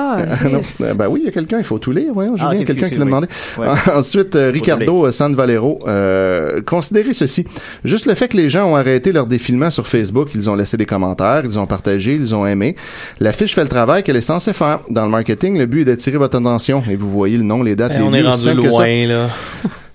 non. Euh, Ben oui, il y a quelqu'un, il faut tout lire. Voyons, Ah, Julien, qu'est-ce quelqu'un que qui c'est, l'a demandé. oui. En- Ensuite, euh, Faut Ricardo euh, Sanvalero, euh, considérez ceci. Juste le fait que les gens ont arrêté leur défilement sur Facebook, ils ont laissé des commentaires, ils ont partagé, ils ont aimé. La fiche fait le travail qu'elle est censée faire. Dans le marketing, le but est d'attirer votre attention. Et vous voyez le nom, les dates, Eh, les on est lieux, aussi rendu simple que ça. loin, là.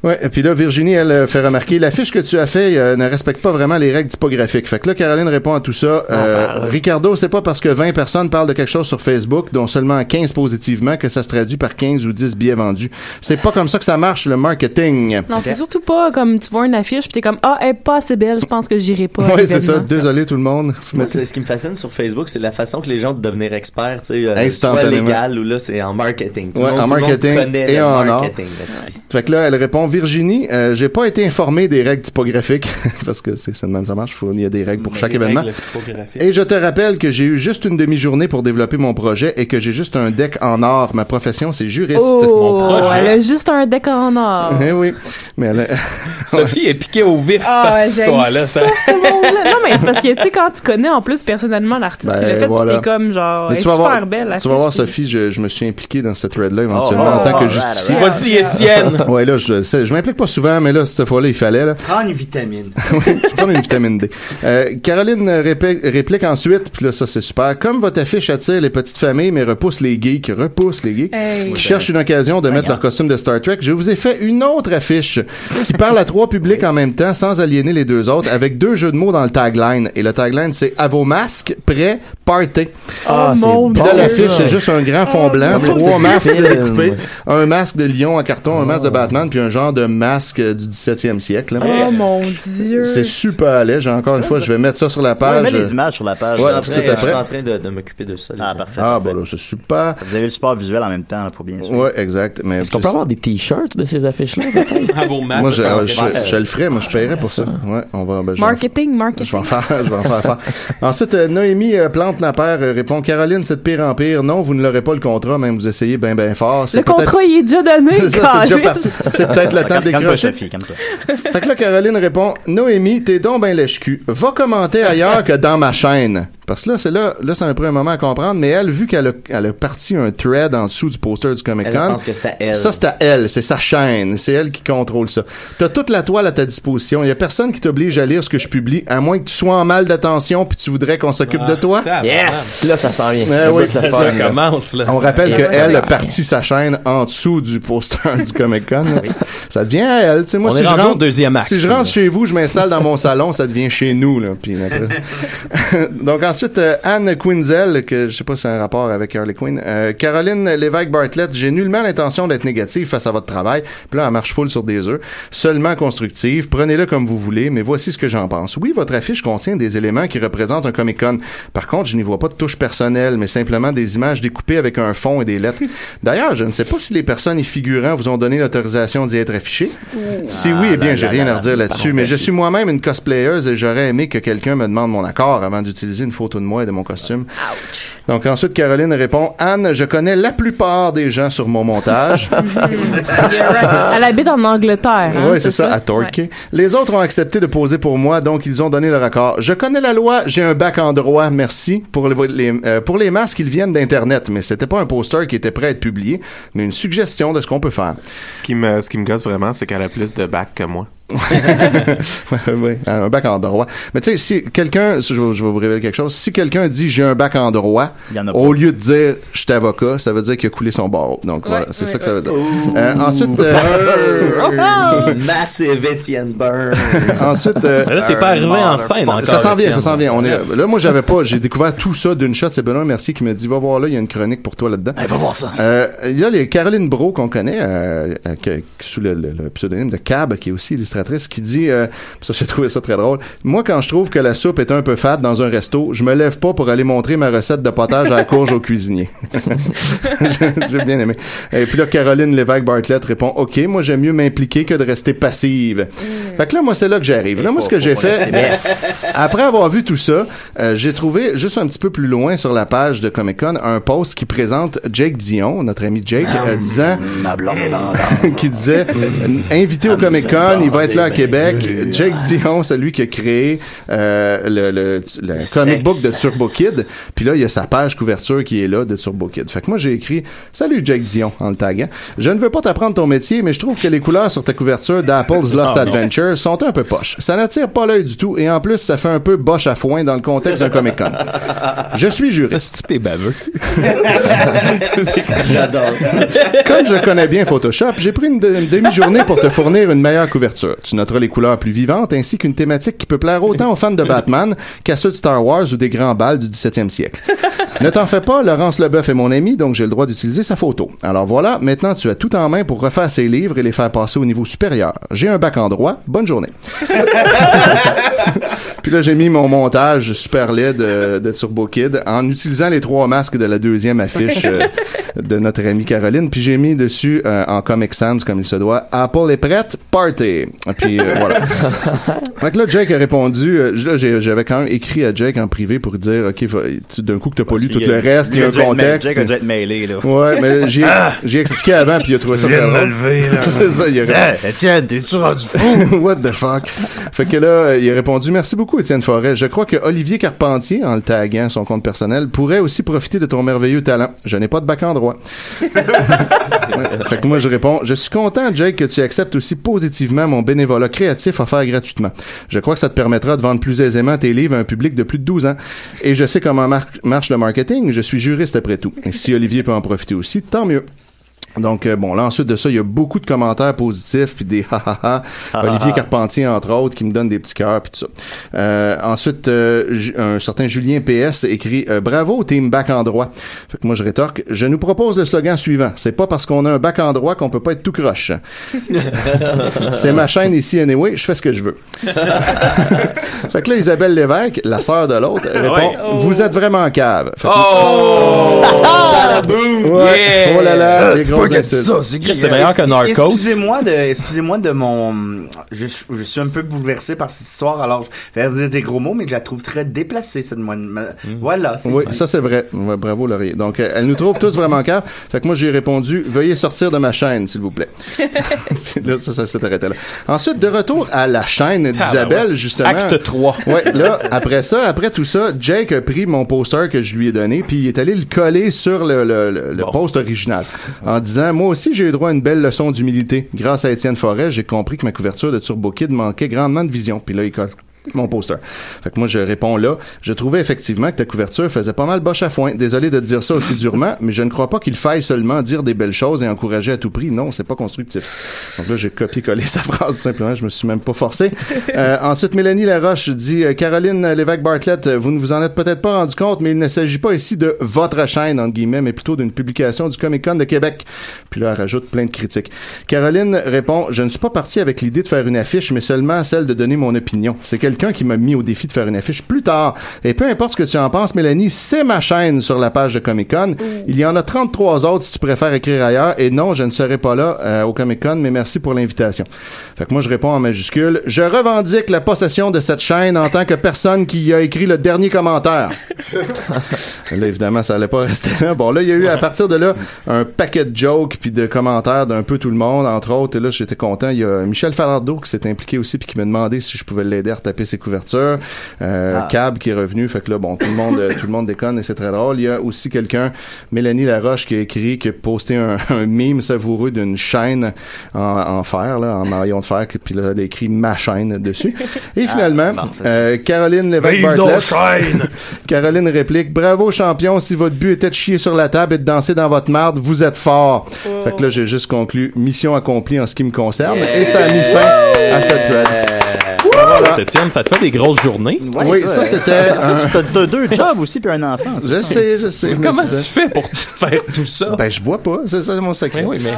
Ouais, et puis là, Virginie, elle euh, fait remarquer, la fiche que tu as fait euh, ne respecte pas vraiment les règles typographiques. Fait que là, Caroline répond à tout ça. euh, Ricardo, c'est pas parce que 20 personnes parlent de quelque chose sur Facebook, dont seulement 15 positivement, que ça se traduit par 15 ou 10 billets vendus. C'est pas comme ça que ça marche, le marketing. Non, c'est surtout pas comme tu vois une affiche puis t'es comme ah elle est pas assez belle, je pense que j'irai pas. à Ouais, c'est ça. l'événement. Désolé tout le monde. Moi, c'est- ce qui me fascine sur Facebook, c'est la façon que les gens de devenir experts, tu sais, euh, soit Instantanément. légal ou là, c'est en marketing. Tout le Ouais, monde- en tout le monde marketing connaît et le en art. marketing, esti. Fait que là, elle répond Virginie, euh, j'ai pas été informé des règles typographiques parce que c'est c'est de même ça marche. Faut, il y a des règles pour chaque des événement. règles typographiques. Et je te rappelle que j'ai eu juste une demi-journée pour développer mon projet et que j'ai juste un deck en or. Ma profession, c'est juriste. Oh, elle a juste un deck en or. Eh oui, mais elle a- Sophie est piquée au vif Ah, par cette j'aime histoire-là. ça, ce monde-là. Non, mais c'est parce que, tu sais, quand tu connais en plus personnellement l'artiste Ben, qui l'a fait, voilà. puis t'es comme genre, Mais Oh, elle est tu vas super voir, belle. la tu vas voir, fille. Sophie, je, je me suis impliqué dans ce thread-là éventuellement Oh, en tant que alright, justifié. alright. Voici Étienne. ouais, là, je, sais, je m'implique pas souvent, mais là, cette fois-là, il fallait. Là. Prends une vitamine. je prends une vitamine D. Euh, Caroline répé- réplique ensuite, puis là, ça, c'est super. Comme votre affiche attire les petites familles, mais repousse les geeks, repousse les geeks, Hey. qui cherchent une occasion de mettre leur costume de Star Trek, je vous ai fait une autre affiche qui parle à trois publics en même temps, sans aliéner les deux autres, avec deux jeux de mots dans le tagline. Et le tagline, c'est « À vos masques, prêt, party ». Oh Ah, c'est Puis là, bon, l'affiche, ça. c'est juste un grand fond blanc, Comme trois c'est masques film. de découpés, un masque de lion en carton, un masque de Batman, puis un genre de masque euh, du 17e siècle. là. Oh mon dieu. C'est super à l'aise. Encore une fois, je vais mettre ça sur la Ah, page. mets les images sur la page. Ouais, Je tout suis en train- est je suis prêt. en train de, de m'occuper de ça. Ah, parfait. Ah, bah là, c'est super. Vous avez le support visuel en même temps, là, pour bien sûr. Ouais, exact. Mais qu'on peut avoir des t-shirts de ces affiches-là, Moi, je, je, je- je le ferais. Moi, je paierais pour ça. Ouais, on va. ben, je vais en- Marketing, marketing. Je vais en faire, je vais en faire faire. Ensuite, euh, Noémie euh, Plante-Napère euh, répond Caroline, c'est de pire en pire. Non, vous ne l'aurez pas le contrat, même vous essayez bien, bien fort. C'est Le peut-être- contrat, il est déjà donné. C'est ça, c'est déjà Carlis. parti. C'est peut-être le temps Ah, Calme- Calme-toi, d'écrire. Sophie, calme-toi. Fait que là, Caroline répond Noémie, t'es donc ben lèche-cul. Va commenter ailleurs que dans ma chaîne. Parce que là, c'est là, là, ça m'a pris un moment à comprendre, mais elle, vu qu'elle a, elle a parti un thread en dessous du poster du Comic Elle Con. pense que c'est à elle. Ça, c'est à elle, c'est sa chaîne, c'est elle qui contrôle ça. T'as toute la toile à ta disposition, il y a personne qui t'oblige à lire ce que je publie, à moins que tu sois en mal d'attention puis tu voudrais qu'on s'occupe de toi. Ah. Yes! Là, ça s'en vient. Eh Le oui, bout de ça l'affaire, là. commence, là. On rappelle Et qu'elle voilà. a parti sa chaîne en dessous du poster du Comic Con. Ça devient à elle. Tu sais, moi, On si est je rendu au rentre, deuxième acte. si je rentre chez vous, je m'installe dans mon salon, ça devient chez nous. Là. Puis après- Donc ensuite, euh, Anne Quinzel, que je sais pas si c'est un rapport avec Harley Quinn. Euh, Caroline Lévesque Bartlett, j'ai nullement l'intention d'être négative face à votre travail. Puis là, elle marche full sur des œufs. Seulement constructive. Prenez-le comme vous voulez, mais voici ce que j'en pense. Oui, votre affiche contient des éléments qui représentent un Comic Con. Par contre, je n'y vois pas de touche personnelle, mais simplement des images découpées avec un fond et des lettres. D'ailleurs, je ne sais pas si les personnes y figurant vous ont donné l'autorisation d'y être affichées. Si oui, eh bien, j'ai rien à redire là-dessus, mais je suis moi-même une cosplayeuse et j'aurais aimé que quelqu'un me demande mon accord avant d'utiliser une photo de moi et de mon costume. Donc ensuite, Caroline répond, Anne, je connais la plupart des gens sur mon montage. Elle habite en Angleterre. hein, oui, c'est ça, à Torquay. Ouais. Les autres ont accepté de poser pour moi, donc ils ont donné leur accord. Je connais la loi, j'ai un bac en droit, merci. Pour le- les, euh, pour les masques, ils viennent d'Internet, mais c'était pas un poster qui était prêt à être publié, mais une suggestion de ce qu'on peut faire. Ce qui me, ce qui me gosse vraiment, c'est qu'elle a plus de bac que moi. Ouais, ouais, un bac en droit. Mais tu sais, si quelqu'un, je, vais- je vais vous révéler quelque chose, si quelqu'un dit j'ai un bac en droit, Il y en a pas. Oh. au lieu de dire je suis avocat, ça veut dire qu'il a coulé son barreau. Donc voilà, c'est ça que ça veut dire. Euh, ensuite, euh, Massive Étienne Burn. ensuite, euh, Mais là, t'es pas arrivé en scène encore, Ça s'en vient, ça Étienne. s'en vient. On est, là, moi, j'avais pas, j'ai découvert tout ça d'une shot. C'est Benoît Mercier qui me dit, va voir là, il y a une chronique pour toi là-dedans. Eh, va voir ça. Euh, il y a les Caroline Bro qu'on connaît, euh, euh, que- sous le, le- le pseudonyme de Cab, qui est aussi réalisatrice, qui dit, euh, ça j'ai trouvé ça très drôle, moi quand je trouve que la soupe est un peu fade dans un resto, je me lève pas pour aller montrer ma recette de potage à la courge au cuisinier. J'ai- j'ai bien aimé. Et puis là, Caroline Lévesque Bartlett répond, ok, moi j'aime mieux m'impliquer que de rester passive. Fait que là, moi c'est là que j'arrive. Là, moi ce que j'ai faut fait, rester yes. après avoir vu tout ça, euh, j'ai trouvé juste un petit peu plus loin sur la page de Comic Con un post qui présente Jake Dion, notre ami Jake, euh, disant qui disait invité au Comic Con, il va être Ben, là à Québec. Jake Dion, c'est lui qui a créé euh, le, le- le comic book de Turbo Kid. Puis là, il y a sa page couverture qui est là de Turbo Kid. Fait que moi, j'ai écrit Salut Jake Dion en le taguant. Je ne veux pas t'apprendre ton métier, mais je trouve que les couleurs sur ta couverture d'Apple's Lost Ah, non. Adventure sont un peu poches. Ça n'attire pas l'œil du tout et en plus, ça fait un peu boche à foin dans le contexte d'un Comic Con. Je suis juriste. T'es baveux. J'adore ça. Comme je connais bien Photoshop, j'ai pris une, de- une demi-journée pour te fournir une meilleure couverture. Tu noteras les couleurs plus vivantes ainsi qu'une thématique qui peut plaire autant aux fans de Batman qu'à ceux de Star Wars ou des grands balles du 17e siècle. Ne t'en fais pas, Laurence Leboeuf est mon ami, donc j'ai le droit d'utiliser sa photo. Alors voilà, maintenant tu as tout en main pour refaire ses livres et les faire passer au niveau supérieur. J'ai un bac en droit, bonne journée. Puis là, j'ai mis mon montage super laid de, de Turbo Kid en utilisant les trois masques de la deuxième affiche euh, de notre amie Caroline. Puis j'ai mis dessus euh, en Comic Sans, comme il se doit, Apple est prête, party. Puis euh, voilà. fait que là, Jake a répondu. euh, là, j'ai- j'avais quand même écrit à Jake en privé pour dire, ok, fa- tu- d'un coup que t'as pas lu tout le reste, il y a un contexte. Jake a déjà été mêlé, là. Ouais, mais j'ai Ah! j'ai expliqué avant, puis il a trouvé ça Je viens très de me drôle. lever, là. C'est ça, il a Eh, Étienne, t'es-tu rendu fou? What the fuck? Fait que là, euh, il a répondu Merci beaucoup, Étienne Forêt. Je crois que Olivier Carpentier, en le taguant son compte personnel, pourrait aussi profiter de ton merveilleux talent. Je n'ai pas de bac en droit. Fait que moi, je réponds, je suis content, Jake, que tu acceptes aussi positivement mon bénévolat créatif offert gratuitement. Je crois que ça te permettra de vendre plus aisément tes livres à un public de plus de 12 ans. Et je sais comment mar- marche le marketing. Je suis juriste après tout. Et si Olivier peut en profiter aussi, tant mieux. Donc, euh, bon, là, ensuite de ça, il y a beaucoup de commentaires positifs, puis des ha ha ha. Olivier Carpentier, entre autres, qui me donne des petits cœurs, puis tout ça. Euh, ensuite, euh, Ju- un certain Julien PS écrit euh, Bravo, team bac en droit. Fait que moi, je rétorque Je nous propose le slogan suivant. C'est pas parce qu'on a un bac en droit qu'on peut pas être tout croche. C'est ma chaîne ici, anyway, je fais ce que je veux. fait que là, Isabelle Lévesque, la sœur de l'autre, répond Ouais. Vous êtes vraiment en cave. Fait que- Ouais. Oh là là, Euh, les tu grosses peux que insultes. ça, c'est qui, C'est euh, meilleur qu'un Narcos. Excusez-moi de, excusez-moi de mon, je, je suis un peu bouleversé par cette histoire, alors je vais dire des gros mots, mais je la trouve très déplacée, cette moine. ma- Hmm. Voilà, c'est Oui, Ah, dit. ça c'est vrai. Ouais, bravo Laurier. Donc euh, elle nous trouve tous vraiment cave. Fait que moi j'ai répondu veuillez sortir de ma chaîne s'il vous plaît. Puis là ça, ça s'est arrêté là. Ensuite de retour à la chaîne d'Isabelle ouais. justement. Acte 3. Ouais, là après ça, après tout ça, Jake a pris mon poster que je lui ai donné puis il est allé le coller sur le, le, le- le post original en disant moi aussi j'ai eu droit à une belle leçon d'humilité. Grâce à Étienne Forêt, j'ai compris que ma couverture de Turbo Kid manquait grandement de vision. Puis là il colle mon poster. Fait que moi, je réponds là. Je trouvais effectivement que ta couverture faisait pas mal boche à foin. Désolé de te dire ça aussi durement, mais je ne crois pas qu'il faille seulement dire des belles choses et encourager à tout prix. Non, c'est pas constructif. Donc là, j'ai copié-collé sa phrase tout simplement. Je me suis même pas forcé. Euh, ensuite, Mélanie Laroche dit euh, Caroline Lévesque Bartlett, euh, vous ne vous en êtes peut-être pas rendu compte, mais il ne s'agit pas ici de votre chaîne, entre guillemets, mais plutôt d'une publication du Comic Con de Québec. Puis là, elle rajoute plein de critiques. Caroline répond Je ne suis pas partie avec l'idée de faire une affiche, mais seulement celle de donner mon opinion. C'est quelqu'un qui m'a mis au défi de faire une affiche plus tard. Et peu importe ce que tu en penses, Mélanie, c'est ma chaîne sur la page de Comic Con. Il y en a 33 autres si tu préfères écrire ailleurs. Et non, je ne serai pas là euh, au Comic Con, mais merci pour l'invitation. Fait que moi, je réponds en majuscule Je revendique la possession de cette chaîne en tant que personne qui y a écrit le dernier commentaire. Là, évidemment, ça allait pas rester là. Bon, là, il y a eu à partir de là un paquet de jokes puis de commentaires d'un peu tout le monde, entre autres. Et là, j'étais content. Il y a Michel Falardeau qui s'est impliqué aussi puis qui m'a demandé si je pouvais l'aider à retaper ses couvertures. Euh, Ah. Cab qui est revenu. Fait que là, bon, tout le monde, euh, tout le monde déconne et c'est très drôle. Il y a aussi quelqu'un, Mélanie Laroche, qui a écrit, qui a posté un, un mime savoureux d'une chaîne en, en fer, là, en maillon de fer. Puis là, elle a écrit ma chaîne dessus. Et finalement, euh, Caroline Lévesque Vive nos Bartlett- chaînes! Caroline réplique Bravo champion, si votre but était de chier sur la table et de danser dans votre marde, vous êtes fort. Fait que là, j'ai juste conclu mission accomplie en ce qui me concerne et ça a mis fin à cette thread. Voilà. Étienne, ça te fait des grosses journées. Ah. Oui, ça, c'était En un- plus, T'as t'as deux jobs aussi, puis un enfant. c'est Je ça. sais, je sais. Comment tu fais pour faire tout ça? Ben Ben, je bois pas. C'est ça mon secret. oui, mais...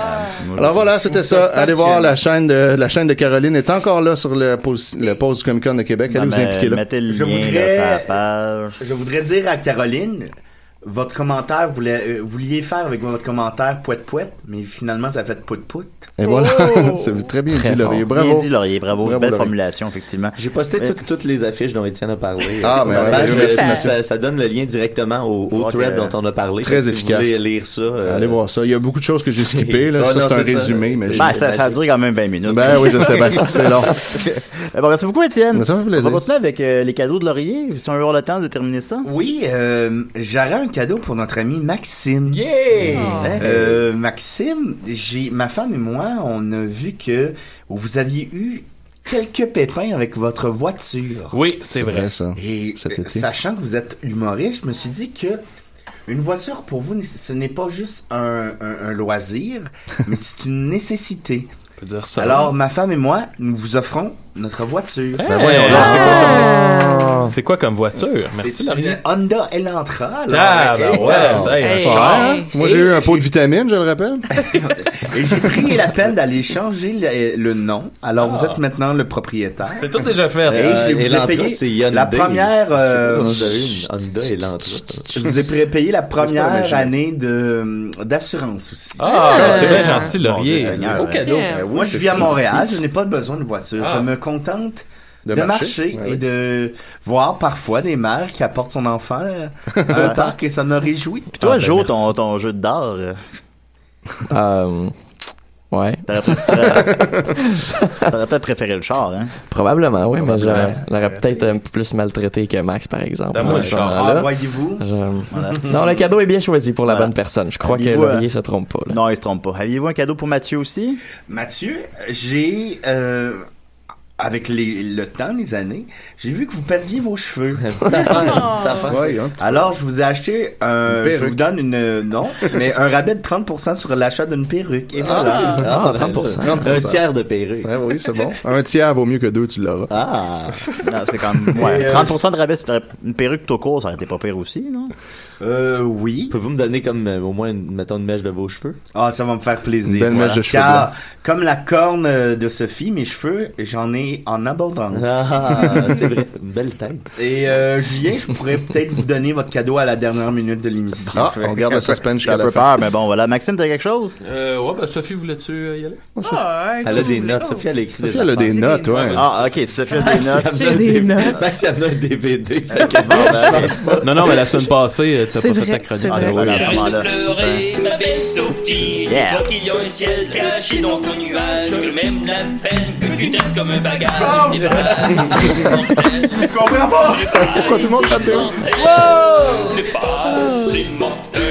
Alors voilà, c'était ça. Vous êtes Allez voir passionné. la chaîne de la chaîne de Caroline est encore là sur le pause, le pause du Comic Con de Québec. Ah, Allez Non, vous ben, mais impliquer là. mettez le Je lien, là, voudrais- sur la Je voudrais dire à Caroline, votre commentaire, vous la- euh, vous vouliez faire avec votre commentaire poète-poète, mais finalement, ça a fait pout-pout. Et voilà, c'est très bien Très dit Laurier. fort. Bravo. Bien dit, Laurier, bravo. Belle Laurier. formulation, effectivement. J'ai posté Mais- tout- toutes les affiches dont Étienne a parlé. Ah, Sur ben ma ouais, page, ouais, euh, super. ça, ça donne le lien directement au, au Ok. thread dont on a parlé. Très Fait que efficace. Si vous voulez lire ça, euh, Allez voir ça. Il y a beaucoup de choses que j'ai c'est- skippées. Là. Ah ça, non, c'est un c'est ça. résumé, mais C'est- j'ai- Ben, ça, ça a duré quand même 20 minutes. Ben oui, je sais bien. C'est long. Ben, bon, merci beaucoup, Hum. Étienne. Ça On va continuer avec euh, les cadeaux de Laurier, si on veut avoir le temps de terminer ça. Oui, euh, j'aurais un cadeau pour notre ami Maxime. Yeah! Eh Euh, Maxime, j'ai ma femme et moi, on a vu que vous aviez eu quelques pépins avec votre voiture. Oui, c'est vrai. ça. Et euh, été. sachant que vous êtes humoriste, je me suis dit que une voiture pour vous, ce n'est pas juste un, un- un loisir, mais c'est une nécessité. On peut dire ça. Alors, ma femme et moi, nous vous offrons notre voiture. Ben voyons Ah. Ah. donc, c'est quoi comme- Ah. c'est quoi comme voiture? Merci, C'est Laurier. une Honda Elantra. alors, Ah, elle- ben ouais, elle- hey, un Et- Ah, char. Moi, j'ai eu un pot de vitamines, je le rappelle. Et j'ai pris la peine d'aller changer le, le nom. Alors, vous êtes maintenant le propriétaire. Ah. C'est tout déjà fait. Et j'ai vous ai Elantra, payé Euh, c'est Hyundai. la première. C'est- euh, Vous avez une Honda Elantra. je vous ai pré- payé la C'est première pas année de d'assurance aussi. Ah, Euh, c'est bien gentil, Laurier. Mon Dieu Seigneur, Beau ouais. cadeau. Euh, moi, je vis à Montréal, je n'ai pas besoin de voiture. Ah. Je me contente De de, marcher. marcher, Ouais, et ouais. de voir parfois des mères qui apportent son enfant euh, à un parc et ça me réjouit. Puis Toi, Jo, ton, ton jeu de d'art. euh, Euh, ouais. T'aurais peut-être t'aurais peut-être préféré le char, hein? Probablement, oui, mais Probablement. j'aurais j'aurais peut-être un peu plus maltraité que Max, par exemple. Donne-moi à le ce char. moment-là. Ah, voyez-vous? Je- Voilà. Non, le cadeau est bien choisi pour la Voilà. bonne personne. Je crois que Aviez-vous, Laurier euh, se trompe pas. là. Non, il se trompe pas. Aviez-vous un cadeau pour Mathieu aussi? Mathieu, j'ai euh, avec les- le temps, les années, j'ai vu que vous perdiez vos cheveux. Ouais, un petit peu. Alors, je vous ai acheté un. Une je vous perruque. donne une. euh, Non, mais un rabais de 30% sur l'achat d'une perruque. Et voilà. Ah, 30%. Un tiers de perruque. Ouais, oui, c'est bon. Un tiers vaut mieux que deux, tu l'auras. Ah! Non, c'est quand même. Ouais. Et, euh, 30% de rabais sur ta- une perruque tout court, ça aurait été pas pire aussi, non? Euh, oui. Pouvez-vous me donner comme euh, au moins, une, mettons, une mèche de vos cheveux? Ah, ça va me faire plaisir. Une belle mèche de cheveux Car, blancs. comme la corne euh, de Sophie, mes cheveux, j'en ai en abondance. Ah, c'est vrai. Une belle tête. Et euh, Julien, je pourrais peut-être vous donner votre cadeau à la dernière minute de l'émission. Ah, on garde le suspense J'ai un jusqu'à la peu fin. peur, mais bon, voilà. Maxime, t'as quelque chose? Euh, ouais, ben, Sophie, voulais-tu euh, y aller? Ah, Elle a des notes. Sophie, elle a écrit Sophie, des elle a des affaires. notes, ouais. Ah, ok, tu fait des Max, notes. elle me donne J'ai des notes. Max, elle me Ben, donne un DVD. Fait que Bon, ben, Non, non, mais la semaine passée, euh, t'as C'est pas fait vrai, ta chronique. c'est Ah, vrai. ben voilà, à ce moment-là. Pleurer, ma belle Sophie. Yeah. Toi qui as un ciel caché dans ton nuage. Que même la peine que tu traites comme un bagage. Oh, Et voilà. Je comprends pas! Pourquoi tout le monde tape des- N'est pas si mortel.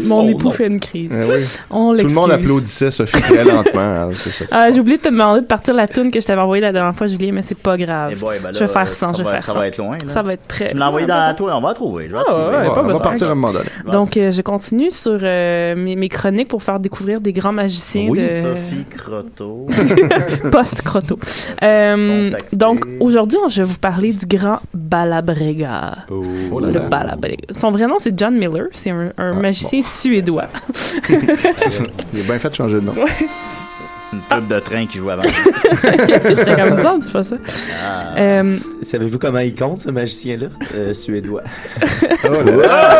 Mon Oh, époux non. fait une crise. Eh oui. On Tout le monde l'excuse. applaudissait Sophie très lentement. Alors, hein, c'est ça. Ah, j'ai oublié de te demander de partir la toune que je t'avais envoyée la dernière fois, Julien, mais c'est pas grave. Eh boy, ben là, je vais faire sans, je ça vais va- faire ça sans. va être loin, là. Ça va être très. Tu me l'as envoyé dans toi, on va la trouver. je vais la Ah, trouver. ouais, Bon, pas on va besoin. partir à un moment donné. Donc, euh, je continue sur euh, mes, mes chroniques pour faire découvrir des grands magiciens Oui, de Sophie Croteau. post-croto. Euh, Contacté. donc, aujourd'hui, on- je vais vous parler du grand Balabrega. Oh là Le là. Balabrega. Son vrai nom, c'est John Miller. C'est un, un Ah, magicien suédois. Il est bien fait de changer de nom. Ah une pub de train qui joue avant. J'étais comme ça, c'est pas ça. Ah. Euh, Savez-vous comment il compte, ce magicien-là? Euh, suédois. Oh là là.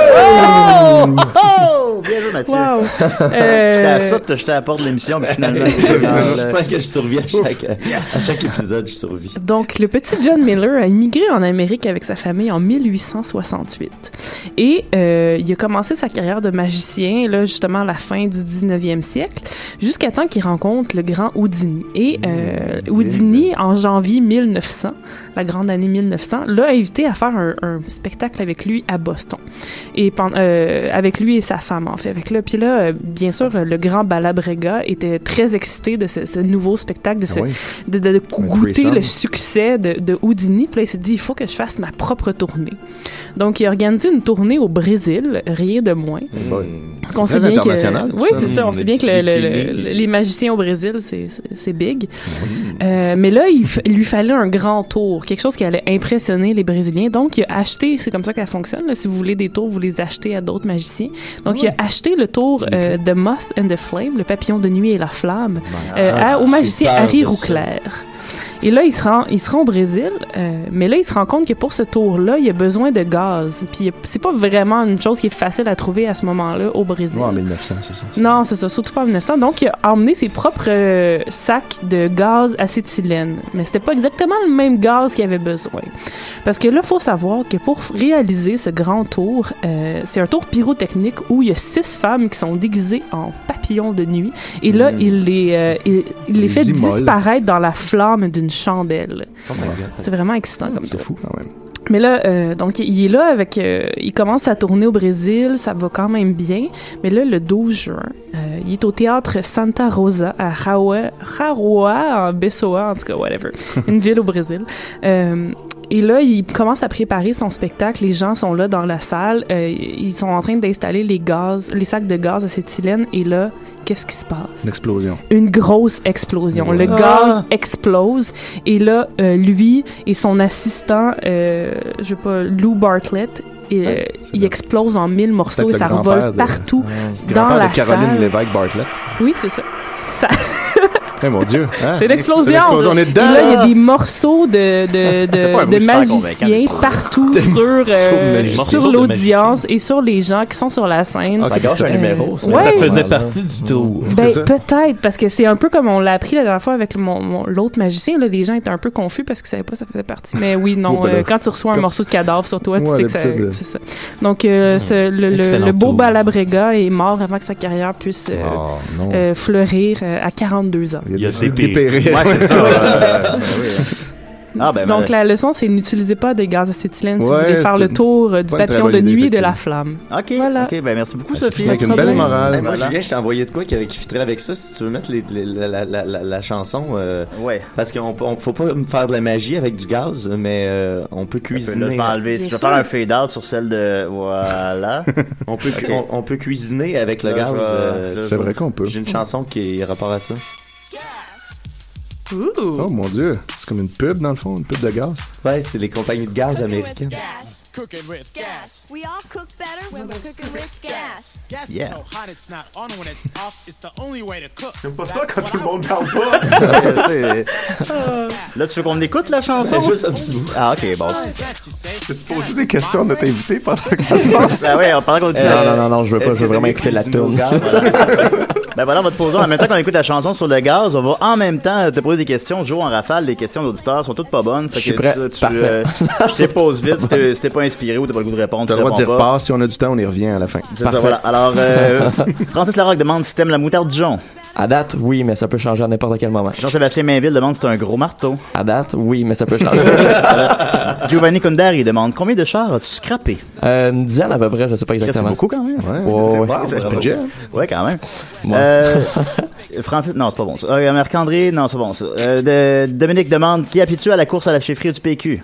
Oh! Bien joué, Mathieu. wow. J'étais à Euh, ça de te jeter à la porte de l'émission, mais finalement, Euh, j'étais dans le- J'espère que je survis à chaque, à chaque épisode, je survis. Donc, le petit John Miller a immigré en Amérique avec sa famille en 1868. Et euh, il a commencé sa carrière de magicien, là, justement, à la fin du 19e siècle, jusqu'à temps qu'il rencontre le grand Houdini. Et euh, Houdini, en janvier 1900, la grande année 1900, l'a invité à faire un, un spectacle avec lui à Boston. Et pen- euh, avec lui et sa femme, en fait. Avec là, puis là, euh, bien sûr, le grand Balabrega était très excité de ce, ce nouveau spectacle, de ce, Ah oui. de, de- de goûter threesome. le succès de, de Houdini. Puis là, il s'est dit, il faut que je fasse ma propre tournée. Donc, il a organisé une tournée au Brésil, rien de moins. Bon. Qu'on C'est très bien que- international, tout Oui, ça. c'est ça. On Mm, sait des bien que le- petits le- bikinis. le- les magiciens au Brésil, îles, c'est- c'est c'est big. Euh, mais là, il, f- il lui fallait un grand tour, quelque chose qui allait impressionner les Brésiliens. Donc, il a acheté, c'est comme ça qu'elle fonctionne. là. si vous voulez des tours, vous les achetez à d'autres magiciens. Donc, il a acheté le tour euh, The Moth and the Flame, le papillon de nuit et la flamme, euh, Ah, à- au j'ai magicien peur Harry de ça. Rouclair. Et là, il se rend, il se rend au Brésil, euh, mais là, il se rend compte que pour ce tour-là, il a besoin de gaz. Puis c'est pas vraiment une chose qui est facile à trouver à ce moment-là au Brésil. Ouais, en 1900, c'est ça. Non, c'est ça, surtout pas en 1900. Donc, il a emmené ses propres euh, sacs de gaz acétylène. Mais c'était pas exactement le même gaz qu'il avait besoin. Parce que là, faut savoir que pour réaliser ce grand tour, euh, c'est un tour pyrotechnique où il y a six femmes qui sont déguisées en papillons de nuit. Et là, il les, euh, il, il les Hmm. Les fait immole. disparaître dans la flamme d'une chandelle. C'est vraiment excitant comme Oh C'est ça. fou quand même. Mais là, euh, donc, il est là avec. euh, il commence à tourner au Brésil, ça va quand même bien. Mais là, le 12 juin, euh, il est au théâtre Santa Rosa à Raua- Raroa, en Bessoa, en tout cas, whatever. Une ville au Brésil. Euh, et là, il commence à préparer son spectacle. Les gens sont là dans la salle. Euh, ils sont en train d'installer les gaz, les sacs de gaz acétylène. Et là, qu'est-ce qui se passe? Une explosion. une grosse explosion. Le Ah! gaz explose et là, euh, lui et son assistant, euh, je sais pas, Lou Bartlett, et, euh, il explose en mille morceaux et Peut-être ça le grand-père revole de- partout Ouais. Le dans grand-père la de Caroline salle. Lévesque Bartlett. Oui, c'est ça. Ça- Eh mon Dieu. hein? c'est l'explosion. On est dedans. Et là, il y a des morceaux de, de, C'était pas un de, de mouche pas magiciens convaincant. partout sur, euh, Des morceaux sur de l'audience et sur les gens qui sont sur la scène. Ah, Ça gâche un Euh, numéro, ça. ouais. Ça faisait partie du tour. Ben, peut-être, parce que c'est un peu comme on l'a appris la dernière fois avec mon- mon- l'autre magicien. Là, les gens étaient un peu confus parce qu'ils savaient pas que ça faisait partie. Mais oui, non, Oh, ben là. euh, quand tu reçois un Quand morceau de cadavre sur toi, tu Ouais, sais que ça- d'habitude, que euh. c'est ça. Donc, euh, ce- le, le- Excellent le beau tour. Balabrega est mort avant que sa carrière puisse euh, Ah, Oh, non. euh, fleurir euh, à 42 ans. Il y a des des dépérés. Ouais, c'est ça. Ouais. ben, Ah, ben, Donc, ben, la leçon, c'est n'utilisez pas de gaz acétylène si vous Ouais, voulez faire c'est le tour euh, du pas une très papillon bonne de idée, nuit et de effectivement. la flamme. OK, OK, ben merci beaucoup, Sophie. Ben, Eh, moi, Voilà. Julien, je t'ai envoyé de quoi qui, qui fitterait avec ça si tu veux mettre les- les- la, la- la- la- la chanson. euh, Parce qu'on on, faut pas faire de la magie avec du gaz, mais euh, on peut cuisiner. Là, je vais enlever. Je vais faire un fade-out sur celle de... Voilà. on, peut cu- Ok. on, on peut cuisiner avec le Là, gaz. je vais- euh, là, je C'est vais- vrai qu'on peut. J'ai une chanson qui est rapport à ça. Oh mon Dieu. C'est comme une pub dans le fond, une pub de gaz. Ouais, c'est les compagnies de gaz américaines. Cooking with gas. We all cook better when we're cooking with gas. Gas is Yeah. so hot it's not on when it's off. It's the only way to cook. J'aime That's pas what ça quand tout le I would monde parle do. pas. Ouais, c'est- Là, tu veux qu'on écoute la chanson? C'est juste un petit bout. Ah, OK, bon. Peux-tu poser des questions à notre invité pendant que ça se passe? Ben ouais, on parle qu'on Euh, non, non, non, je veux pas, est-ce je veux que vraiment t'as écouter la cuisiné au toune. gaz? ben voilà, on va te poser. En même temps qu'on écoute la chanson sur le gaz, on va en même temps te poser des questions. Joe, en rafale, les questions d'auditeurs sont toutes pas bonnes. Fait Je suis que prêt. tu- tu, Parfait. je te pose vite. Si t'es- si t'es pas inspiré ou t'as pas le goût de répondre, T'as le tu droit de dire réponds pas. passe. Si on a du temps, on y revient à la fin. C'est ça, voilà. Alors, euh, Francis Larocque demande si t'aimes la moutarde Dijon. À date, oui, mais ça peut changer à n'importe quel moment. Jean-Sébastien Mainville demande si t'as un gros marteau. À date, oui, mais ça peut changer. Giovanni Kundari demande combien de chars as-tu scrappé? euh, une dizaine à peu près, je sais pas C'est exactement. beaucoup quand même. Ouais, Oh, ouais, hein? ouais. C'est Bravo. Ouais, quand même. Bon. Euh, Francis, non, c'est pas bon ça. Euh, Marc-André, non, c'est pas bon ça. Euh, de- Dominique demande qui habitue à la course à la chefferie du PQ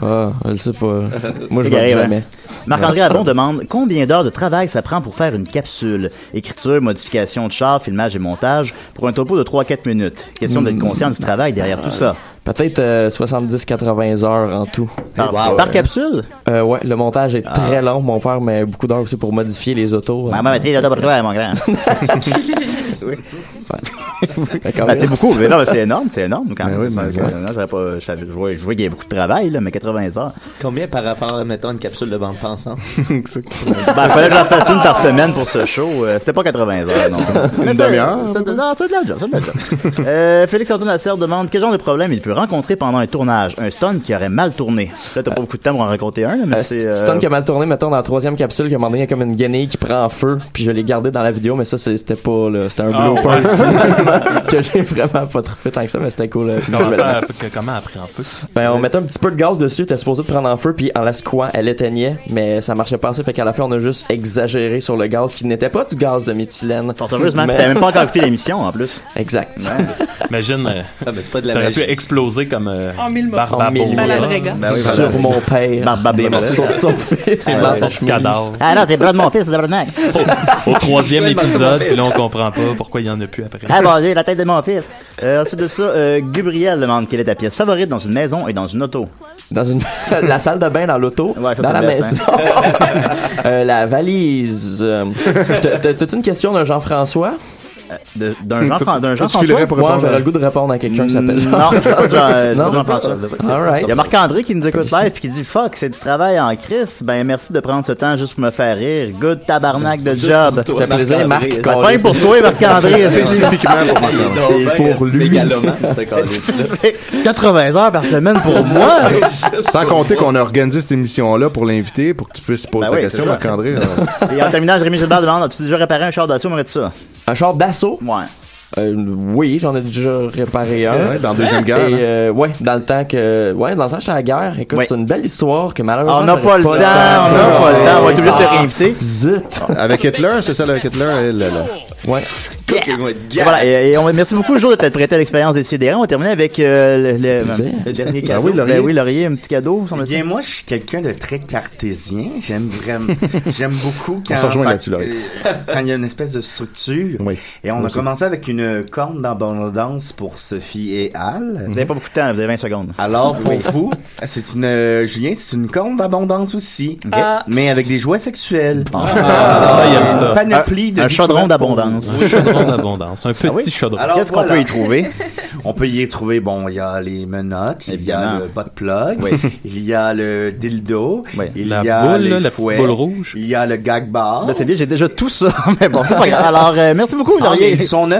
Ah, je le sais pas. Moi, je Égaré, vois ouais. jamais. hein? Marc-André Ouais. Avon demande combien d'heures de travail ça prend pour faire une capsule Écriture, modification de char, filmage et montage pour un topo de 3-4 minutes. Question d'être Mm. conscient du travail derrière tout ça. Peut-être 70-80 heures en tout. Par- par capsule? Euh, ouais, le montage Ah. est très long. Mon père met beaucoup d'heures aussi pour modifier les autos. hein. Maman, mais Bah, t'es là pour toi, mon grand. Oui. D'accord. Ben, c'est beaucoup, mais non, mais c'est énorme, c'est énorme quand même. Ben oui, mais C'est- ouais. non, j'avais pas- je savais- je voyais je voyais qu'il y avait beaucoup de travail, là, mais 80 heures. Combien par rapport à, mettons, une capsule de bande pensante? Ben, fallait que j'en fasse une par semaine pour ce show. Euh, c'était pas 80 heures, non. Mais Une c'est- demi-heure. c'est de- Non, c'est de la job, c'est de la job. Euh, Félix Antoine Lasserre demande quel genre de problème il peut rencontrer pendant un tournage. Un stun qui aurait mal tourné. Là, t'as pas beaucoup de temps pour en raconter un, là, mais c'est. euh, C'est qui a mal tourné, mettons, dans la troisième capsule, qu'à un moment donné, il y a comme une guenille qui prend en feu, puis je l'ai gardé dans la vidéo, mais ça, c'est- c'était pas, là, c'était un Ah, blooper. ouais. que j'ai vraiment pas trop fait tant que ça, mais c'était cool. euh, Comment visuellement. ça- que- comment après en feu? Ben, on mettait un petit peu de gaz dessus, t'es supposé de prendre en feu, puis en la secouant, elle éteignait, mais ça marchait pas assez, fait qu'à la fin, on a juste exagéré sur le gaz qui n'était pas du gaz de méthylène. Heureusement, Mais- puis t'as même pas encore écouté l'émission en plus. Exact. Ben, Imagine. ah, mais c'est pas de la euh, T'aurais magie. pu explosé comme euh, En mille morceaux. Barbaboa. En hein. mille Maladrega. Ben oui, Sur mon père. Des morceaux Sur son fils. Des morceaux de cadavre. Ah non, t'es le bras de mon fils, c'est le mec. Au troisième épisode, puis là, on comprend pas pourquoi il y en a plus après. Ah mon dieu, la tête de mon fils. Euh, ensuite de ça, euh, Gabriel demande quelle est ta pièce favorite dans une maison et dans une auto. Dans une la salle de bain dans l'auto, ça, dans c'est la le best, hein. maison. Euh, la valise. euh, t'as- t'as- T'as-tu une question d'un Jean-François? d'un Jean-Fran- d'un Jean-François? Moi, j'aurais le goût de répondre à quelqu'un qui s'appelle Mm, Non, Jean-François. Jean- euh, Jean-François. All right. Il y a Marc-André qui nous écoute live et qui dit Fuck, c'est du travail en crise. Ben merci de prendre ce temps juste pour me faire rire. Good tabarnak de Juste job. pour toi, Ça fait plaisir, Marc-André. Marc. Ça fait pour toi, Marc-André. C'est spécifiquement pour toi. C'est C'est pour lui. 80 heures par semaine pour moi. Sans compter qu'on a organisé cette émission-là pour l'inviter, pour que tu puisses Ben poser ta oui, question, c'est ça. Marc-André. Et en terminant, Jérémy Gilbert demande As-tu déjà réparé un char d'assaut On aurait dit ça. Un char d'assaut? Ouais. Euh, oui, j'en ai déjà réparé un. Ouais, dans la Deuxième Guerre, Et, hein. euh, ouais, dans le temps que, ouais, dans le temps que j'étais à la guerre. Écoute, Ouais. c'est une belle histoire que malheureusement. On n'a j'aurais pas le temps, on n'a pas le temps, on va être obligé de te Ah, réinviter. Zut. Avec Hitler, c'est celle avec Hitler, elle, là. Ouais. Et voilà, et, euh, et on, merci beaucoup, Joe, de t'être prêté à l'expérience des CDR. On va terminer avec euh, le, Plaisir. Le dernier Ben cadeau. oui, Laurier. Ben oui, Laurier, un petit cadeau, semble Eh Bien, moi, je suis quelqu'un de très cartésien. J'aime vraiment, j'aime beaucoup quand, se rejoint ça- là-dessus, Laurie. euh, quand il y a une espèce de structure. Et on Moi a aussi. commencé avec une corne d'abondance pour Sophie et Al. Vous n'avez pas beaucoup de temps, vous avez 20 secondes. Alors, pour Oui. vous, c'est une, euh, Julien, c'est une corne d'abondance aussi. Ah. Mais avec des jouets sexuels. Ah, ça, il aime ça. Une panoplie Un- de un chaudron d'abondance. Un chaudron d'abondance. Ah Un petit chaudron. Qu'est-ce qu'on peut y trouver? On peut y trouver, bon, il y a les menottes, il y a le bot plug, Oui. il y a le dildo, il La y a boule, les là, la petite fouets, boule rouge. il y a le gag bar. Ben, Là, c'est bien, j'ai déjà tout ça, mais bon, c'est pas grave. Alors, euh, merci beaucoup, Ah, mais Laurier. ils sont neufs